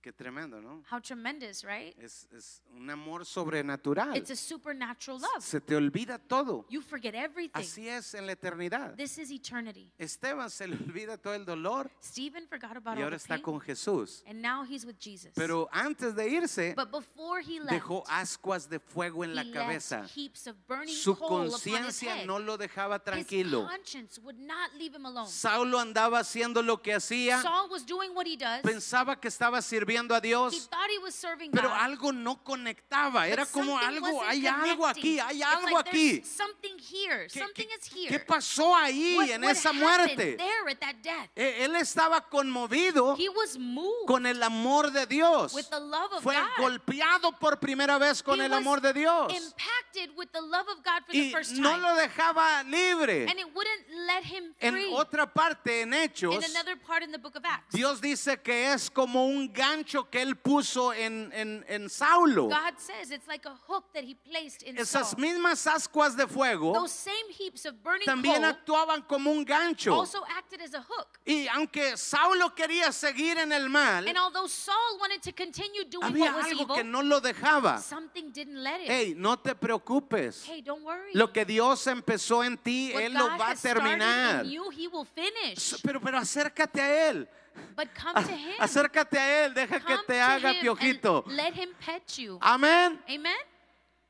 Qué tremendo, ¿no?
How tremendous, right?
Es, es un amor sobrenatural.
It's a supernatural love.
Se te olvida todo.
You forget everything.
Así es en la eternidad.
This is eternity.
Esteban se le olvida todo el dolor
Stephen forgot
y
about all
ahora
the
está
pain,
con Jesús.
and now he's with Jesus.
Pero antes de irse,
But before he left,
dejó ascuas de fuego
he
en la
left
cabeza.
heaps of burning
Su
coal upon his
conciencia
head.
no lo dejaba
His
tranquilo.
conscience would not leave him alone.
Saulo andaba haciendo lo que hacía,
Saul was doing what he does.
pensaba que estaba sirviendo a
He
Dios,
thought he was serving
pero
God.
algo no conectaba. Era
but
como
something
algo,
wasn't
hay algo aquí,
connecting.
hay
It's
algo
like there's
aquí.
Something here,
¿Qué-
something
qué-
is here.
¿Qué pasó ahí
What-
en
what
esa
happened
muerte?
There at that death.
E- Él estaba conmovido
He was moved
con el amor de Dios.
with the love of
Fue
God.
golpeado por primera vez con
He
el
was
amor de Dios.
Impacted with the love of God for the
Y
first
no
time.
lo dejaba libre.
and it wouldn't let him
En
free.
otra parte, en Hechos,
in another part in the book of Acts,
Dios dice que es como un gancho que él puso en, en- en Saulo.
God says it's like a hook that he placed in
Esas
Saul.
mismas ascuas de fuego
Those same heaps of burning
también
coal
actuaban como un gancho.
also acted as a hook.
Y aunque Saulo quería seguir en el mal,
And although Saul wanted to continue doing
había
what was
algo
evil,
que no lo dejaba.
something didn't let it.
Hey, no te preocupes.
Hey, don't worry.
Lo que Dios empezó en ti,
What
Él
God
lo va a
has started in
terminar.
you, he will finish.
S- Pero, pero acércate a Él.
But come
<laughs>
to him.
A- Acércate a Él. Deja que
Come
te
to
haga
him
piojito. Ah.
and Let him pet you.
Amén.
Amen.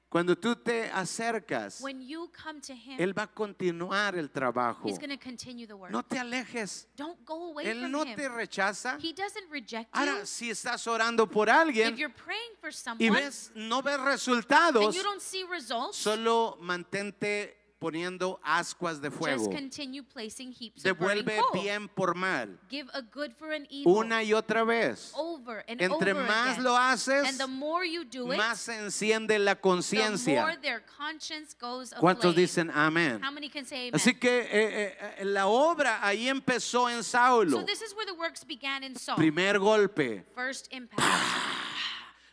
Cuando tú te acercas,
When you come to him,
Él va a continuar el trabajo.
he's going to continue the work.
No te alejes.
Don't go away
Él
from
no
him.
te rechaza.
He doesn't reject
Ahora, si estás orando por
you. If
alguien
you're praying for someone
y ves, no ves
and
resultados,
you don't see results,
solo mantente poniendo ascuas de fuego.
just continue placing heaps of burning
Devuelve
coal.
bien por mal.
Give a good for an evil.
Una y otra vez.
over and
Entre
over
más
again.
lo haces,
and the more you do it,
más se enciende la
the more
conciencia.
their conscience goes aflame.
¿Cuántos dicen amén?
How many can say amen?
Así que eh, eh, eh, la obra ahí empezó en
so
Saulo.
this is where the works began in Saul.
Primer golpe,
First impact.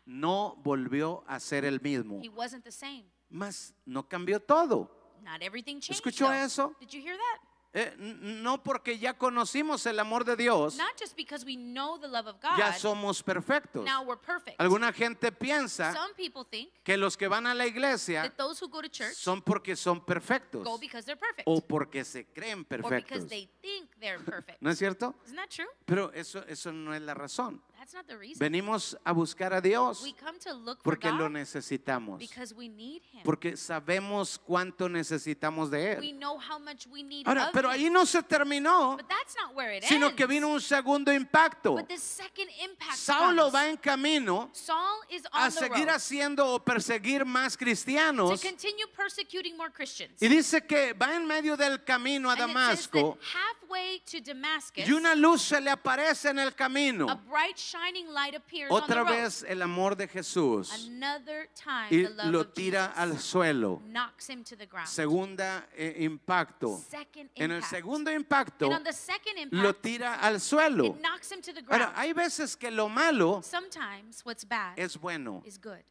no volvió a ser el mismo.
he wasn't the same.
Mas no cambió todo.
Not everything changed.
¿Escuchó
though.
eso?
Did you hear that?
Eh, n- no porque ya conocimos el amor de Dios,
Not just because we know the love of God.
ya somos perfectos.
now we're perfect.
Alguna gente piensa
Some people think
que los que van a la iglesia
that those who go to church
son porque son perfectos
go because they're perfect.
o porque se creen
Or because
oh, perfectos.
they think they're perfect.
<laughs> ¿No es cierto?
Isn't that true?
Pero eso, eso no es la razón.
That's not the reason.
Venimos a buscar a Dios
We come to look for
porque lo
God
necesitamos,
because we need Him.
porque sabemos cuánto necesitamos de
We
Él.
know how much we need
Ahora,
of
pero
Him.
ahí no se terminó,
But that's not where it
sino
ends.
que vino un segundo impacto.
But this second impact
Saulo
comes.
va en camino
Saul is on
a
the road
seguir haciendo o perseguir más
to
cristianos
continue persecuting more Christians.
y dice que va en medio del camino a
And it says that
Damasco
halfway to Damascus,
y una luz se le aparece en el
a
camino.
bright shining light appears on
Otra
the road.
vez el amor de Jesús.
Another time
y
the love
lo
of
tira
Jesus
al suelo.
knocks him to the ground.
Segunda eh, impacto.
Second
En el
impact.
segundo impacto
and on the second
lo
impact,
tira al suelo.
it knocks him to the ground.
Ahora, hay veces que lo malo
Sometimes what's bad
es bueno.
is good.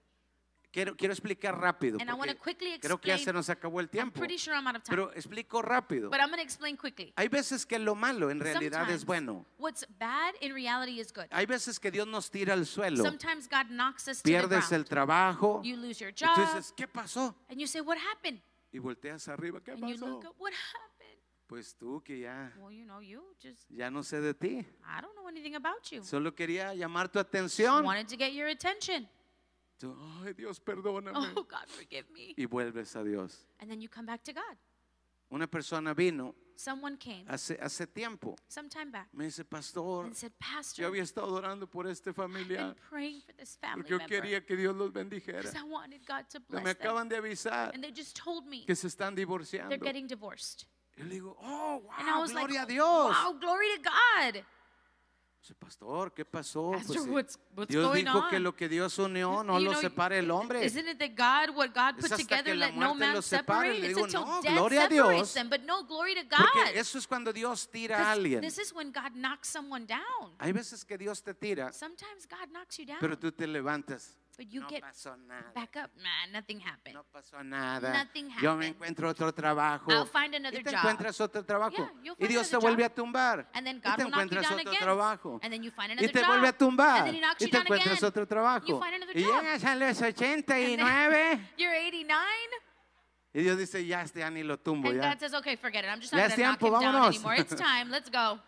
Quiero, quiero explicar rápido.
And I wanna
porque
quickly
Creo que ya
explain-
se nos acabó el
I'm
tiempo.
pretty sure I'm out of time.
Pero explico rápido.
but I'm going to explain quickly.
Hay veces que lo malo en realidad es
Sometimes
bueno.
what's bad in reality is good.
Hay veces que Dios nos tira al suelo.
Sometimes God knocks us to the
Pierdes
ground.
el trabajo.
you lose your
Y tú
job.
dices, ¿qué pasó?
and you say, what happened?
Y volteas arriba, ¿qué
And you look
pasó?
up, what happened?
Pues tú que ya,
Well, you know, you just,
ya no sé de ti.
I don't know anything about you.
Solo quería llamar tu
I
atención.
wanted to get your attention.
Tú, Ay, Dios, perdóname.
Oh, God, forgive me.
Y vuelves a Dios.
And then you come back to God.
Una persona vino
Someone came
hace, hace tiempo.
sometime back
Me dice, pastor,
and said,
yo
Pastor,
había estado orando por este
I've been
familiar
praying for this family
porque yo
member
quería que Dios los bendijera.
because I wanted God to
Pero Me
bless them.
acaban de avisar
And they just told me
que se están
they're
divorciando.
getting divorced.
Y le digo, oh,
And I
wow,
was
gloria a
like,
Dios.
wow, glory to God.
Dice, Pastor, ¿qué pasó? Pues
Pastor,
sí,
what's- what's
Dios
going
dijo que
on?
lo que Dios unió no
You
lo
know,
separe el hombre.
Isn't it that God, what God
Es
put
hasta
together,
que la
let no
muerte
man
los separe.
separate?
Le
It's
digo,
until
"No,
death
gloria a
separates
Dios."
them. But no, glory to God.
Porque eso es cuando Dios tira a
'Cause
alguien.
This is when God knocks someone down.
Hay veces que Dios te tira,
Sometimes God knocks you down,
pero tú te levantas.
but Ah. you
no
get
pasó nada.
back up. Nah, nothing happened.
No pasó nada.
Nothing
Yo me
happened.
encuentro otro trabajo.
I'll find another
y te
job.
encuentras otro trabajo.
Yeah,
y
you'll find
Dios te
another
vuelve
job.
a tumbar.
And then
y
God
te
will knock you
encuentras
down
otro
again.
trabajo.
And then you find
y
another
te
job.
vuelve a tumbar.
And then he knocks
y
you
te
down
encuentras
again.
otro trabajo.
You find another
y
job.
llegas a los
And then-
89.
<laughs> You're 89.
y Dios dice, ya este ya ni lo tumbo.
And
Ya.
God says, okay, forget it. I'm just
Ya
not
es
going to knock
tiempo,
him down
vámonos.
anymore. It's time. Let's go.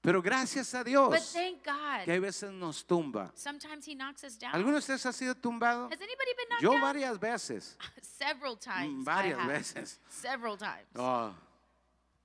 Pero gracias a
But
Dios
thank
que hay
God.
veces nos tumba.
Sometimes he knocks us down.
¿Alguno de ustedes ha sido tumbado?
Has anybody been knocked
Yo
down?
varias veces.
<laughs>
Mm,
Several times. I
varias
have.
veces.
Several times.
Oh,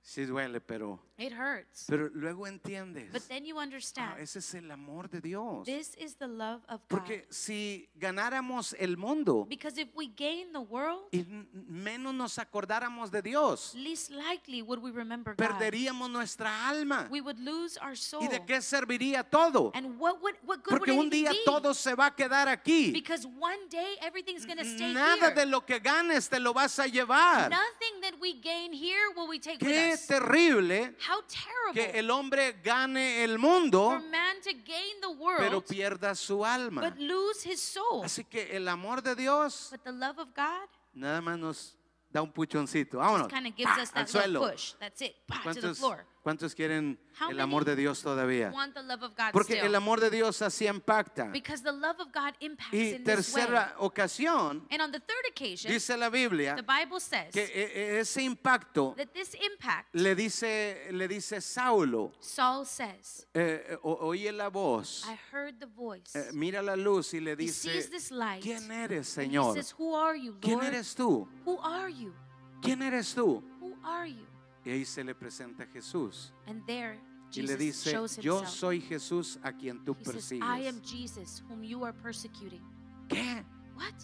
Sí duele, pero,
It hurts.
pero luego
But
entiendes.
then you
Ah,
understand
ese es el amor de Dios.
this is the love of God.
Porque si ganáramos el mundo
Because if we gain the world,
y n- menos nos acordáramos de Dios,
least likely would we remember God.
perderíamos nuestra alma.
We would lose our soul.
¿Y de qué serviría todo?
And what would what good
Porque
would
un
anything
día
be?
todo se va a quedar aquí.
Because one day everything's going to stay
Nada
here.
de lo que ganes te lo vas a llevar.
Nothing that we gain here will we take
Qué
with us.
terrible
How
que
terrible
el hombre gane el mundo,
for man to gain the
pero
world
pierda su alma.
but lose his soul.
Así que el amor de Dios
But the love of God
nada más nos da un puchoncito. Vámonos.
kind of gives
¡pa!
us
al
that
suelo.
little push. That's it. Pa, to the
¿Cuántos,
floor.
cuántos quieren
How
el amor de
many
Dios todavía?
Want the love of God
Porque
still.
el amor de Dios así impacta.
Because the love of God impacts
Y
in this way.
tercera ocasión,
And on the third occasion,
dice la Biblia
the Bible says
que e- e- ese impacto
that this impact,
le dice, le dice Saulo,
Saul says,
eh, eh, o- oye la voz,
I heard the voice.
eh, mira la luz y le
he
dice,
sees this light.
¿quién eres,
and
Señor?
He says, Who are you,
¿Quién
Lord?
eres tú?
Who are you?
¿Quién eres tú?
Who are you?
Y ahí se le presenta Jesús
And there
y le
Jesus
dice,
shows
yo
himself.
soy Jesús a quien tú
he says, I am
persigues.
Jesus whom you are persecuting.
¿Qué?
What?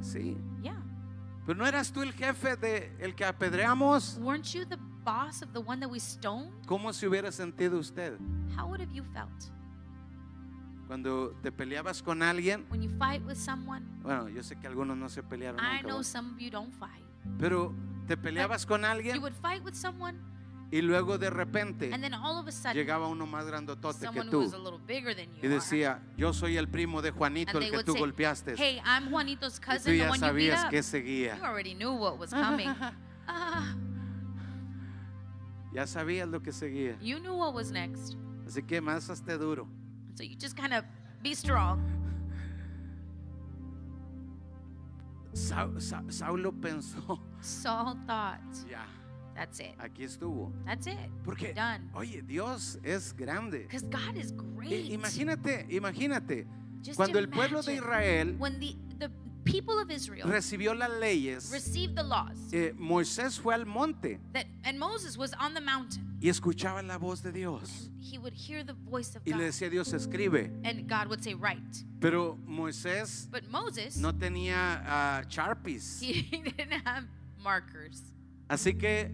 Sí.
Yeah.
Pero no eras tú el jefe de el que apedreamos.
Weren't you the boss of the one that we stoned?
¿Cómo se hubiera sentido usted
How would have you felt
cuando te peleabas con alguien?
when you fight with someone?
Bueno, yo sé que algunos no se pelearon nunca,
I know
¿verdad?
some of you don't fight.
pero te peleabas con
You
alguien
would fight with someone,
y luego de repente
and then all of a sudden,
llegaba uno más grandotote que
someone who was a
tú
little bigger than
y
you are,
decía, "Yo soy el primo de Juanito
and
el
they
que
would
tú
say,
golpeaste."
"Hey, I'm Juanito's
Y tú
cousin, the
ya
one you beat
sabías
up."
que
You
seguía.
already knew what
<laughs>
was coming. Ah,
Ya sabías lo que seguía.
you knew what was next,
Así que más hazte duro.
so you just kind of be strong.
Sau- Sa- Saulo pensó, <laughs>
Saul thought,
ya,
"That's it.
aquí estuvo.
That's it.
Porque,
Done."
oye, Dios es grande.
Because God is
I-
great.
Imagínate, imagínate,
Just
cuando el pueblo de
imagine
Israel
when the the people of Israel
recibió las leyes,
received the laws.
eh, Moisés fue al monte
that and Moses was on the mountain
y escuchaba la voz de Dios.
and he would hear the voice of
Y
God
le decía a Dios, escribe.
and God would say right
Pero Moisés
but Moses
no tenía ah, charpies,
<laughs> he didn't have markers
así que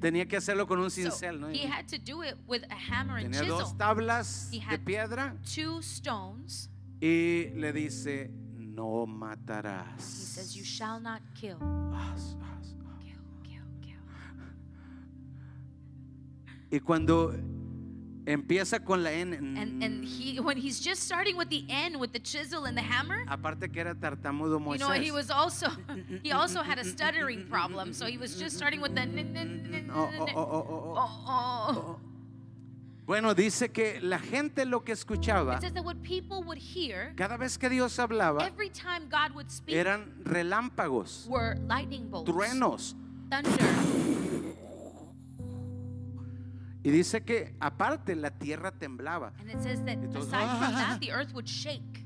tenía que hacerlo con un
so
cincel. ¿no?
he had to do it with a hammer and
Tenía
chisel
dos tablas
He
de
had-
piedra
two stones
y le dice, no
he says
matarás.
you shall not kill
As, as, as.
kill kill kill
Y cuando empieza con la N, mm,
and and he when he's just starting with the end with the chisel and the hammer
aparte que era tartamudo
you
Moisés.
know he was also <laughs> he also had a stuttering problem so he was just starting with the n- n- n-
Oh, oh,
n-
oh, oh, oh,
oh, oh.
oh. Bueno, dice que la gente lo que escuchaba,
it says that what people would hear
cada vez que Dios hablaba,
Every time God would speak
eran relámpagos,
were lightning bolts,
truenos.
thunder,
Y dice que aparte la tierra temblaba,
and it says that
todos,
aside from
"Ah".
that, the earth would shake.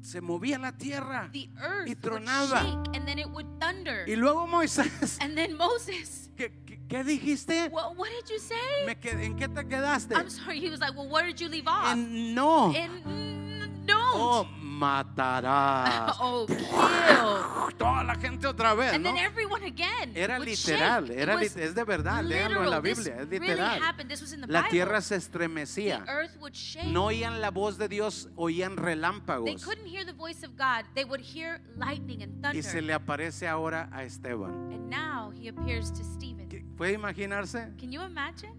se movía la tierra.
The earth would
tronaba.
shake, and then it would thunder.
Y luego Moisés,
And then Moses,
<laughs>
<laughs>
¿qué, qué- qué dijiste?
well, what did you say?
Me qued- ¿En qué te quedaste?
I'm sorry. He was like, well, where did you leave off?
En no.
And mm,
Oh,
don't.
matarás.
Oh, kill.
Toda la gente otra vez,
And
¿no?
then everyone again.
Era
would
literal,
shake. It
era
was
lit- es de verdad, léanlo en la
literal. This
Biblia, es
really
literal.
happened. This was in the
La
Bible.
tierra se
the
estremecía.
earth would shake.
No oían la voz de Dios, oían
They
relámpagos.
couldn't hear the voice of God. They would hear lightning and
Y se
thunder.
le aparece ahora a Esteban.
And now he appears to Stephen.
¿Qué- ¿Puede imaginarse?
Can you imagine?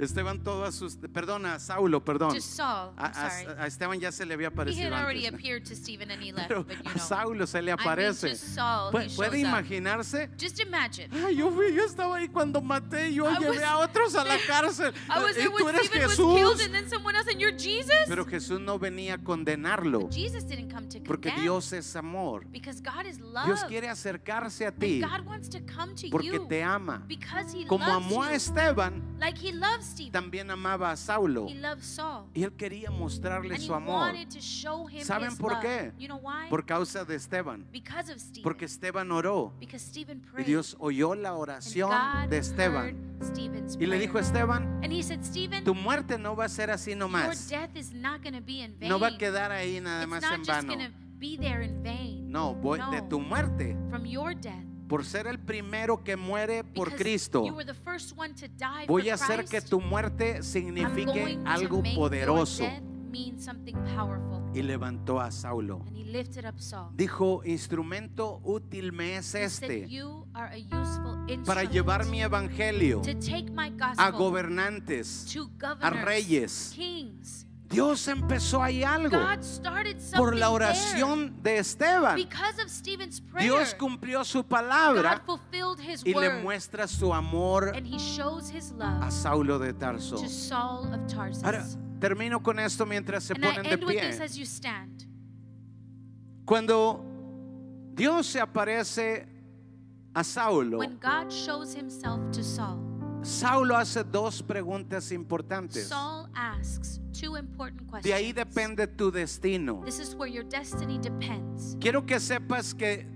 Esteban todo asustado. Perdona, Saulo, perdón.
To Saul,
A, a-
I'm sorry.
a Esteban ya se le había
He had
aparecido
already
antes. ¿no?
appeared to Stephen and he left,
Pero
but you
a
know.
Saulo se le
I mean,
aparece.
to Saul,
Pu-
he
¿Puede
shows up.
imaginarse?
Just imagine.
Ay, yo, fui- yo estaba ahí cuando maté, yo
I
llevé
was-
a otros a la cárcel.
I was
y
there
tú
when
eres
Stephen was
Jesús.
killed and then someone else and you're Jesus?
Pero Jesús no venía a condenarlo,
Jesus didn't come to
porque
condemn.
Dios es amor.
because God is love.
Dios quiere acercarse a ti
God wants to come to
porque
you
te ama.
because he
Como
loves
amó a
you.
Esteban,
Like he loves Stephen.
también amaba a Saulo
He loved Saul.
y él quería mostrarle
And he
su amor
wanted to show him
¿Saben
his
por
love.
qué?
You know why?
por causa de Esteban.
because of Stephen.
Porque Esteban oró
because Stephen
y
prayed.
Dios oyó la
and
oración
God
de Esteban.
heard Stephen's
Y le
prayer.
dijo a Esteban,
and he said, Stephen,
tu muerte no va a ser así
your
nomás.
death is not going to be in vain.
No va a quedar ahí nada
it's
más
not
en
just
vano.
going to be there in vain.
No, voy- de
No.
tu muerte,
From your death,
por ser el primero que muere por
because
Cristo,
you were the first one to die
voy
for
a hacer que
Christ,
tu muerte
I'm
signifique
going to
algo
make your
poderoso.
death mean something powerful.
Y levantó a Saulo.
And he lifted up Saul.
Dijo, instrumento útil me es
He said,
este
"You are a useful
para
instrument
llevar mi evangelio
to take my
a
gospel
gobernantes,
to governors,
reyes.
kings."
Dios empezó ahí algo.
God started something
Por la oración de
there.
Esteban,
Because of Stephen's prayer,
Dios cumplió su
God
palabra
fulfilled his
y le
word,
muestra su amor
and he shows his
a
love
Saulo de Tarso.
to Saul of Tarsus.
Ahora termino con esto mientras se
and I
ponen de
end with this
pie.
as you stand.
Cuando Dios se aparece a Saulo,
When God shows himself to Saul,
Saulo hace dos preguntas importantes.
Saul asks two important
De
questions.
ahí depende tu destino.
This is where your destiny depends.
Quiero que sepas que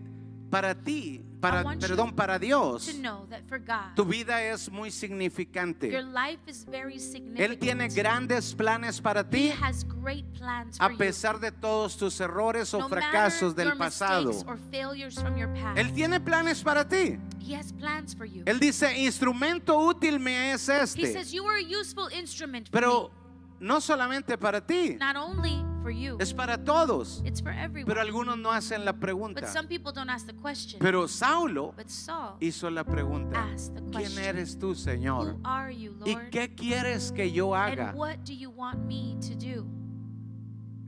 para ti,
I
para
want you
perdón, para Dios,
to know that for God,
tu vida es muy
your
significante.
life is very
Él
significant.
tiene grandes planes para
He
ti
has great plans for
a pesar de todos tus errores
you.
o
No
fracasos
matter
del
your
pasado.
mistakes or failures from your past,
Él tiene planes para ti.
He has plans for you.
Él dice, instrumento útil me es
He
este.
says you are a useful instrument for
Pero no solamente para ti,
me, not only for you,
es para todos.
it's for everyone.
Pero algunos no hacen la
but
pregunta.
some people don't ask the question.
Pero Saulo
but Saul
hizo la pregunta.
asked the
¿Quién
question,
eres tú, Señor?
Who are you,
¿Y
Lord?
qué quieres que yo haga?
and what do you want me to do?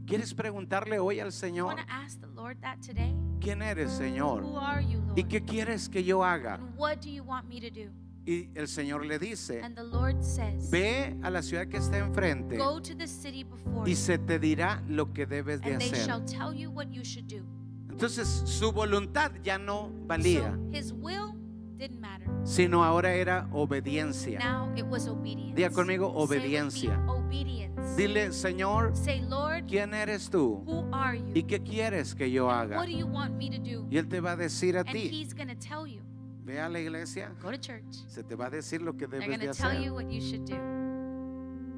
¿Quieres preguntarle hoy al
I
Señor?
want to ask the Lord that today.
¿Quién eres, Señor?
Who are you, Lord?
¿Y qué quieres que yo haga?
and what do you want me to do?
Y el Señor le dice,
And the Lord says,
ve a la ciudad que está enfrente
Go to the city before
y
you,
se te dirá lo que debes de
and they
hacer.
shall tell you what you should do.
Entonces su voluntad ya no valía,
So his will didn't matter.
sino ahora era obediencia.
Now it was obedience.
Diga conmigo,
Say with me,
obediencia.
obedience.
Dile, Señor,
Say, Lord,
¿quién eres tú?
who are you?
¿Y qué quieres que yo
And
haga?
what do you want me to do?
Y Él te va a decir a
And
ti,
he's going to tell you.
ve a la iglesia,
Go to church.
se te va a decir lo que
They're
debes
going
de
to tell
hacer.
you what you should do.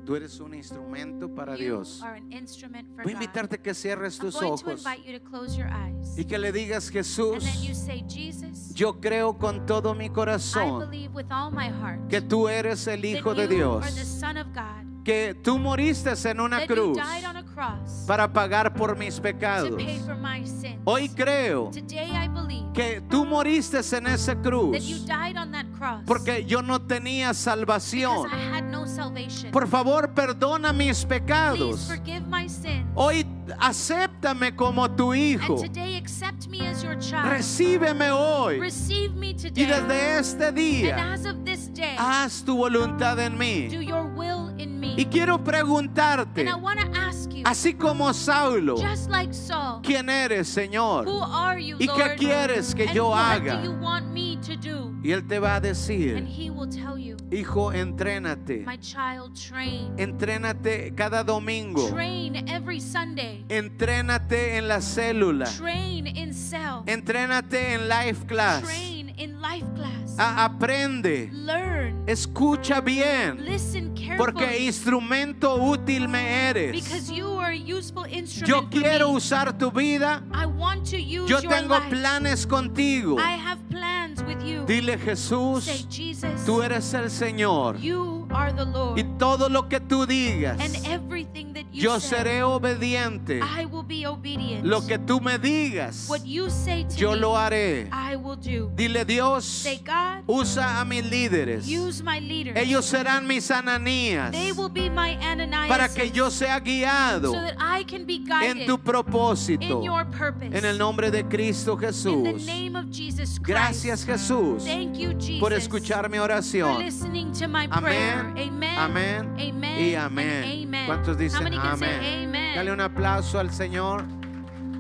Tú eres un instrumento para
You
Dios.
are an instrument for
Voy a
God.
invitarte que cierres
I'm
tus
going to
ojos
invite you to close your eyes.
y que le digas, Jesús,
And then you say, Jesus,
yo creo con todo mi
I
corazón
believe with all my heart
que tú eres el Hijo de
that you are the
Dios,
Son of God.
que tú moriste en una
that you
cruz
died on a cross
para pagar por mis
to
pecados.
pay for my sins.
Hoy creo
Today I believe
que tú moriste en esa
that you
cruz
died on that cross
porque yo no tenía
because
salvación.
I had no salvation.
Por favor, perdona mis
Please
pecados.
forgive my sins.
Hoy acéptame como tu hijo.
And today accept me as your child.
Recíbeme hoy.
Receive me
Y
today.
desde este
and
día,
as of this day,
haz tu voluntad en mí.
do your will in me.
Y quiero preguntarte,
and I want to ask you,
así como Saulo,
just like Saul,
¿quién eres, Señor?
who are you,
¿Y qué
Lord?
quieres que
and
yo
what
haga?
do you want me to do?
Y él te va a
And
decir,
he will tell you,
hijo, entrénate.
my child, train.
Entrénate cada domingo.
Train every Sunday.
Entrénate en la célula.
Train in cell.
Entrénate en life class.
Train in life class.
A- aprende.
Learn.
Escucha bien.
Listen
Porque
carefully.
instrumento útil me
Because
eres.
you are a useful instrument.
Yo
for
quiero
me.
usar tu vida.
I want to use
Yo
your
tengo
life.
planes contigo.
I have plans with you.
Dile
Say,
Jesús,
Jesus,
tú eres el Señor.
you are the Lord.
Y todo lo que tú digas,
and everything that you
yo
say,
seré obediente.
I will be obedient.
Lo que tú me digas,
what you say to
yo
me,
lo haré.
I will do.
Dile Dios,
Say, God,
usa a mis líderes.
use my leaders.
Ellos serán mis ananías
They will be my Ananias.
para que yo sea guiado
so that I can be
en
guided
tu propósito.
in your purpose.
En el nombre de Cristo
in the
Jesús.
name of Jesus Christ.
Gracias Jesús
Thank you, Jesus.
por escuchar mi
for
oración.
listening to my prayer.
Amén,
Amen.
amén
Amen.
y
and
amén.
Amen.
¿Cuántos
How
dicen
many can say
amén?
amen?
Dale un aplauso al Señor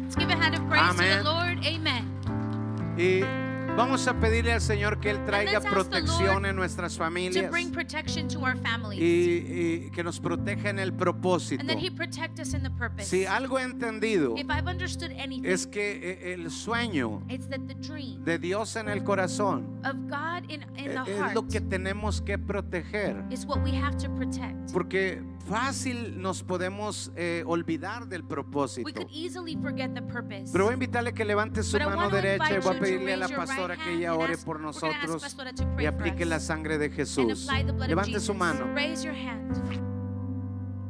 Let's give a hand of praise to
Amén.
the Lord. Amen.
y Vamos a pedirle al Señor que Él traiga
let's ask the
protección
Lord
en nuestras
to
familias
bring protection to our
y,
families
y que nos proteja en el propósito.
and that He protect us in the purpose.
Si algo he entendido
If I've understood anything,
es que eh, el sueño
it's that the dream
de Dios en el corazón
of God in, in
eh,
the
es
heart
lo que tenemos que proteger.
is what we have to protect.
Porque fácil nos podemos eh, olvidar del propósito.
We could easily forget the purpose.
Pero voy a invitarle que levante su
But I
mano
want to
derecha y
invite
voy a
you to
pedirle a la
raise your right
pastora que
hand
ella
and
ore
ask-
por
we're gonna ask
nosotros
Pastora to pray
y
for
aplique la
us
sangre de
and
Jesús.
apply the blood of
Levante su
Jesus.
mano.
Raise your hand.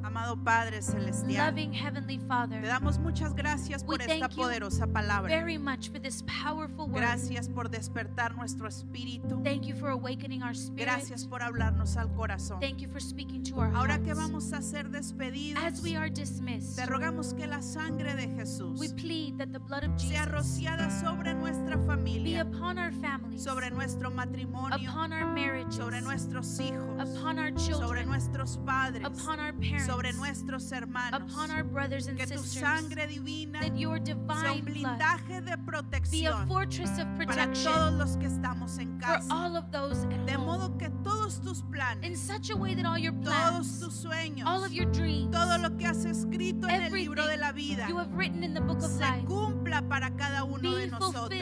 Amado Padre Celestial,
Loving Heavenly
te
Father,
damos muchas gracias por
We
esta
thank you
poderosa palabra.
very much for this powerful word.
Gracias por despertar nuestro espíritu.
Thank you for awakening our spirit.
Gracias por hablarnos al corazón.
Thank you for speaking to our
Ahora que
hearts.
vamos a ser despedidos,
As we are dismissed,
te rogamos que la sangre de
we
Jesús
plead that the blood of
sea
Jesus
rociada sobre nuestra
be
familia,
upon our families,
sobre nuestro matrimonio,
upon our marriages,
sobre nuestros hijos,
upon our
sobre
children,
nuestros padres,
upon our parents,
sobre nuestros hermanos.
upon our brothers and
Que tu
sisters.
sangre divina
That your
sea un
divine blood
blindaje de
be a
protección
fortress of
para
protection
todos los que estamos en
for
casa.
all of those at
De
home.
modo que todos tus
In
planes,
such a way that all your
todos
plans,
tus sueños,
all of your dreams,
todo lo que has escrito en el libro de la vida
you have written in the book of
se
life
cumpla para cada uno de
be fulfilled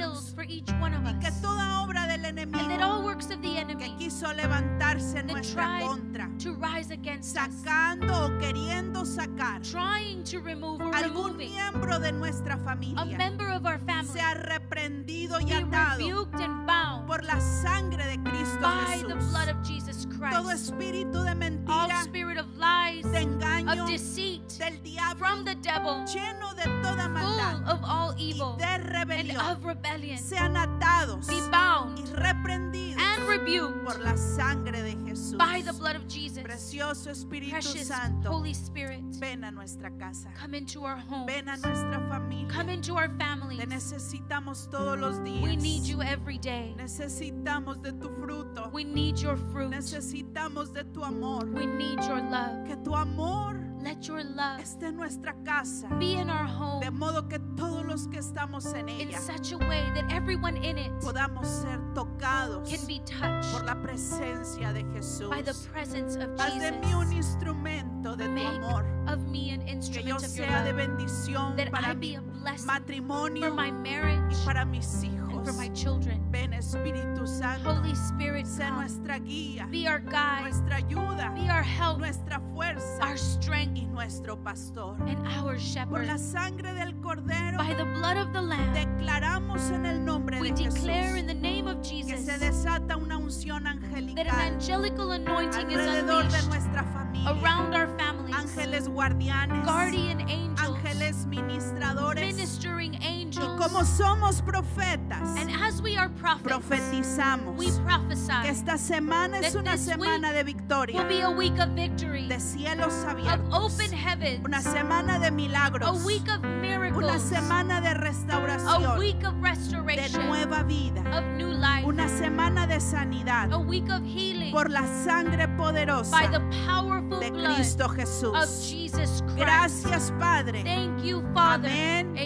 nosotros.
for each one of
Y que
us.
toda obra del
And that all
enemigo
works of the
que
enemy
quiso levantarse en
that
nuestra
tried
contra,
to rise against us,
sacando o queriendo sacar
trying to remove or
algún
removing
miembro de nuestra
a
familia,
member of our family,
sea reprendido y
be
atado
rebuked and bound
por la sangre de Cristo
by the
Jesús.
blood of Jesus
Todo
Christ.
espíritu de
All
mentira,
spirit of lies,
de engaño,
of deceit,
del diablo,
from the devil,
lleno de toda
full
maldad
of all
y
evil
de
and
rebelión,
of rebellion,
sean atados
be
y
bound
reprendidos
and
por
rebuked
la sangre de Jesús.
by the blood of Jesus.
Precioso Espíritu
Precious
Santo,
Holy Spirit,
ven a nuestra casa,
come into our home,
ven a nuestra
come
familia.
into our families.
Te necesitamos todos los
We need
días.
you every day.
Necesitamos de tu fruto.
We need your fruit.
Necesitamos de tu amor.
We need your love.
Que tu amor
Let your love
esté en nuestra casa.
be in our
De
home
modo que todos los que estamos en
in
ella
such a way that everyone in it
podamos ser tocados
can be
por
touched
la presencia de Jesús.
by the presence of
Haz de mí un
Jesus.
instrumento de tu
Make
amor.
of me an
Que yo
instrument of your
sea de
love.
bendición
That
para
I
mi
be a blessing for
matrimonio
my marriage
y para mis
and
hijos.
for my children.
Ven Espíritu Santo,
Holy Spirit,
sé
come.
nuestra guía,
Be our guide.
nuestra ayuda,
Be our help,
nuestra fuerza
our strength,
y nuestro pastor.
and our
Por
shepherd.
la sangre del Cordero
By the blood of the Lamb,
declaramos en el nombre
we
de Jesús
declare in the name of
que
Jesus
se
that
desata una unción
an
angelical
angelical anointing is
alrededor de
unleashed
nuestra familia.
around our families.
Ángeles guardianes,
Guardian angels,
ángeles ministradores.
ministering
Y
angels.
como somos profetas,
And as we are prophets, we
profetizamos que
prophesy
esta semana es
that
una
this
semana
week
de
will
victoria,
be a week of victory,
de cielos
of
abiertos,
open heavens,
una semana de milagros,
a week of
una
miracles,
semana de
a
restauración,
week of
de
restoration,
nueva vida,
of new life,
una semana de sanidad
a week of healing
por la sangre
by the
poderosa
powerful
de
blood
Cristo
of
Jesús.
Jesus Christ.
Gracias, Padre.
Thank you, Father.
Amén.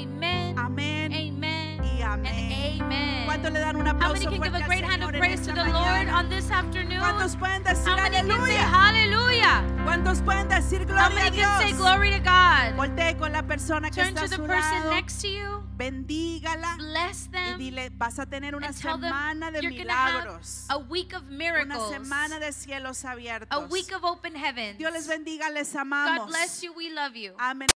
Amen.
Amén
Amen.
y
And
amén. ¿Cuánto
amen.
le dan un
How
aplauso
many can give
fuerte
a
al
great hand of
Señor en
praise to
esta
the Lord
mañana?
on this afternoon?
¿Cuántos pueden
How
decir
many can say
aleluya?
hallelujah?
¿Cuántos pueden decir
How
gloria
many
a
can say
Dios?
glory to God?
Voltee con la persona que
Turn
está a
to the
su
person
lado,
next to you,
bendígala
bless
y
them,
dile, vas a tener una
and tell them
semana de
you're going to have
milagros,
a week of
una
miracles,
semana de cielos abiertos.
a week of open heavens.
Dios les bendiga, les
God
amamos.
bless you. We love you.
Amén.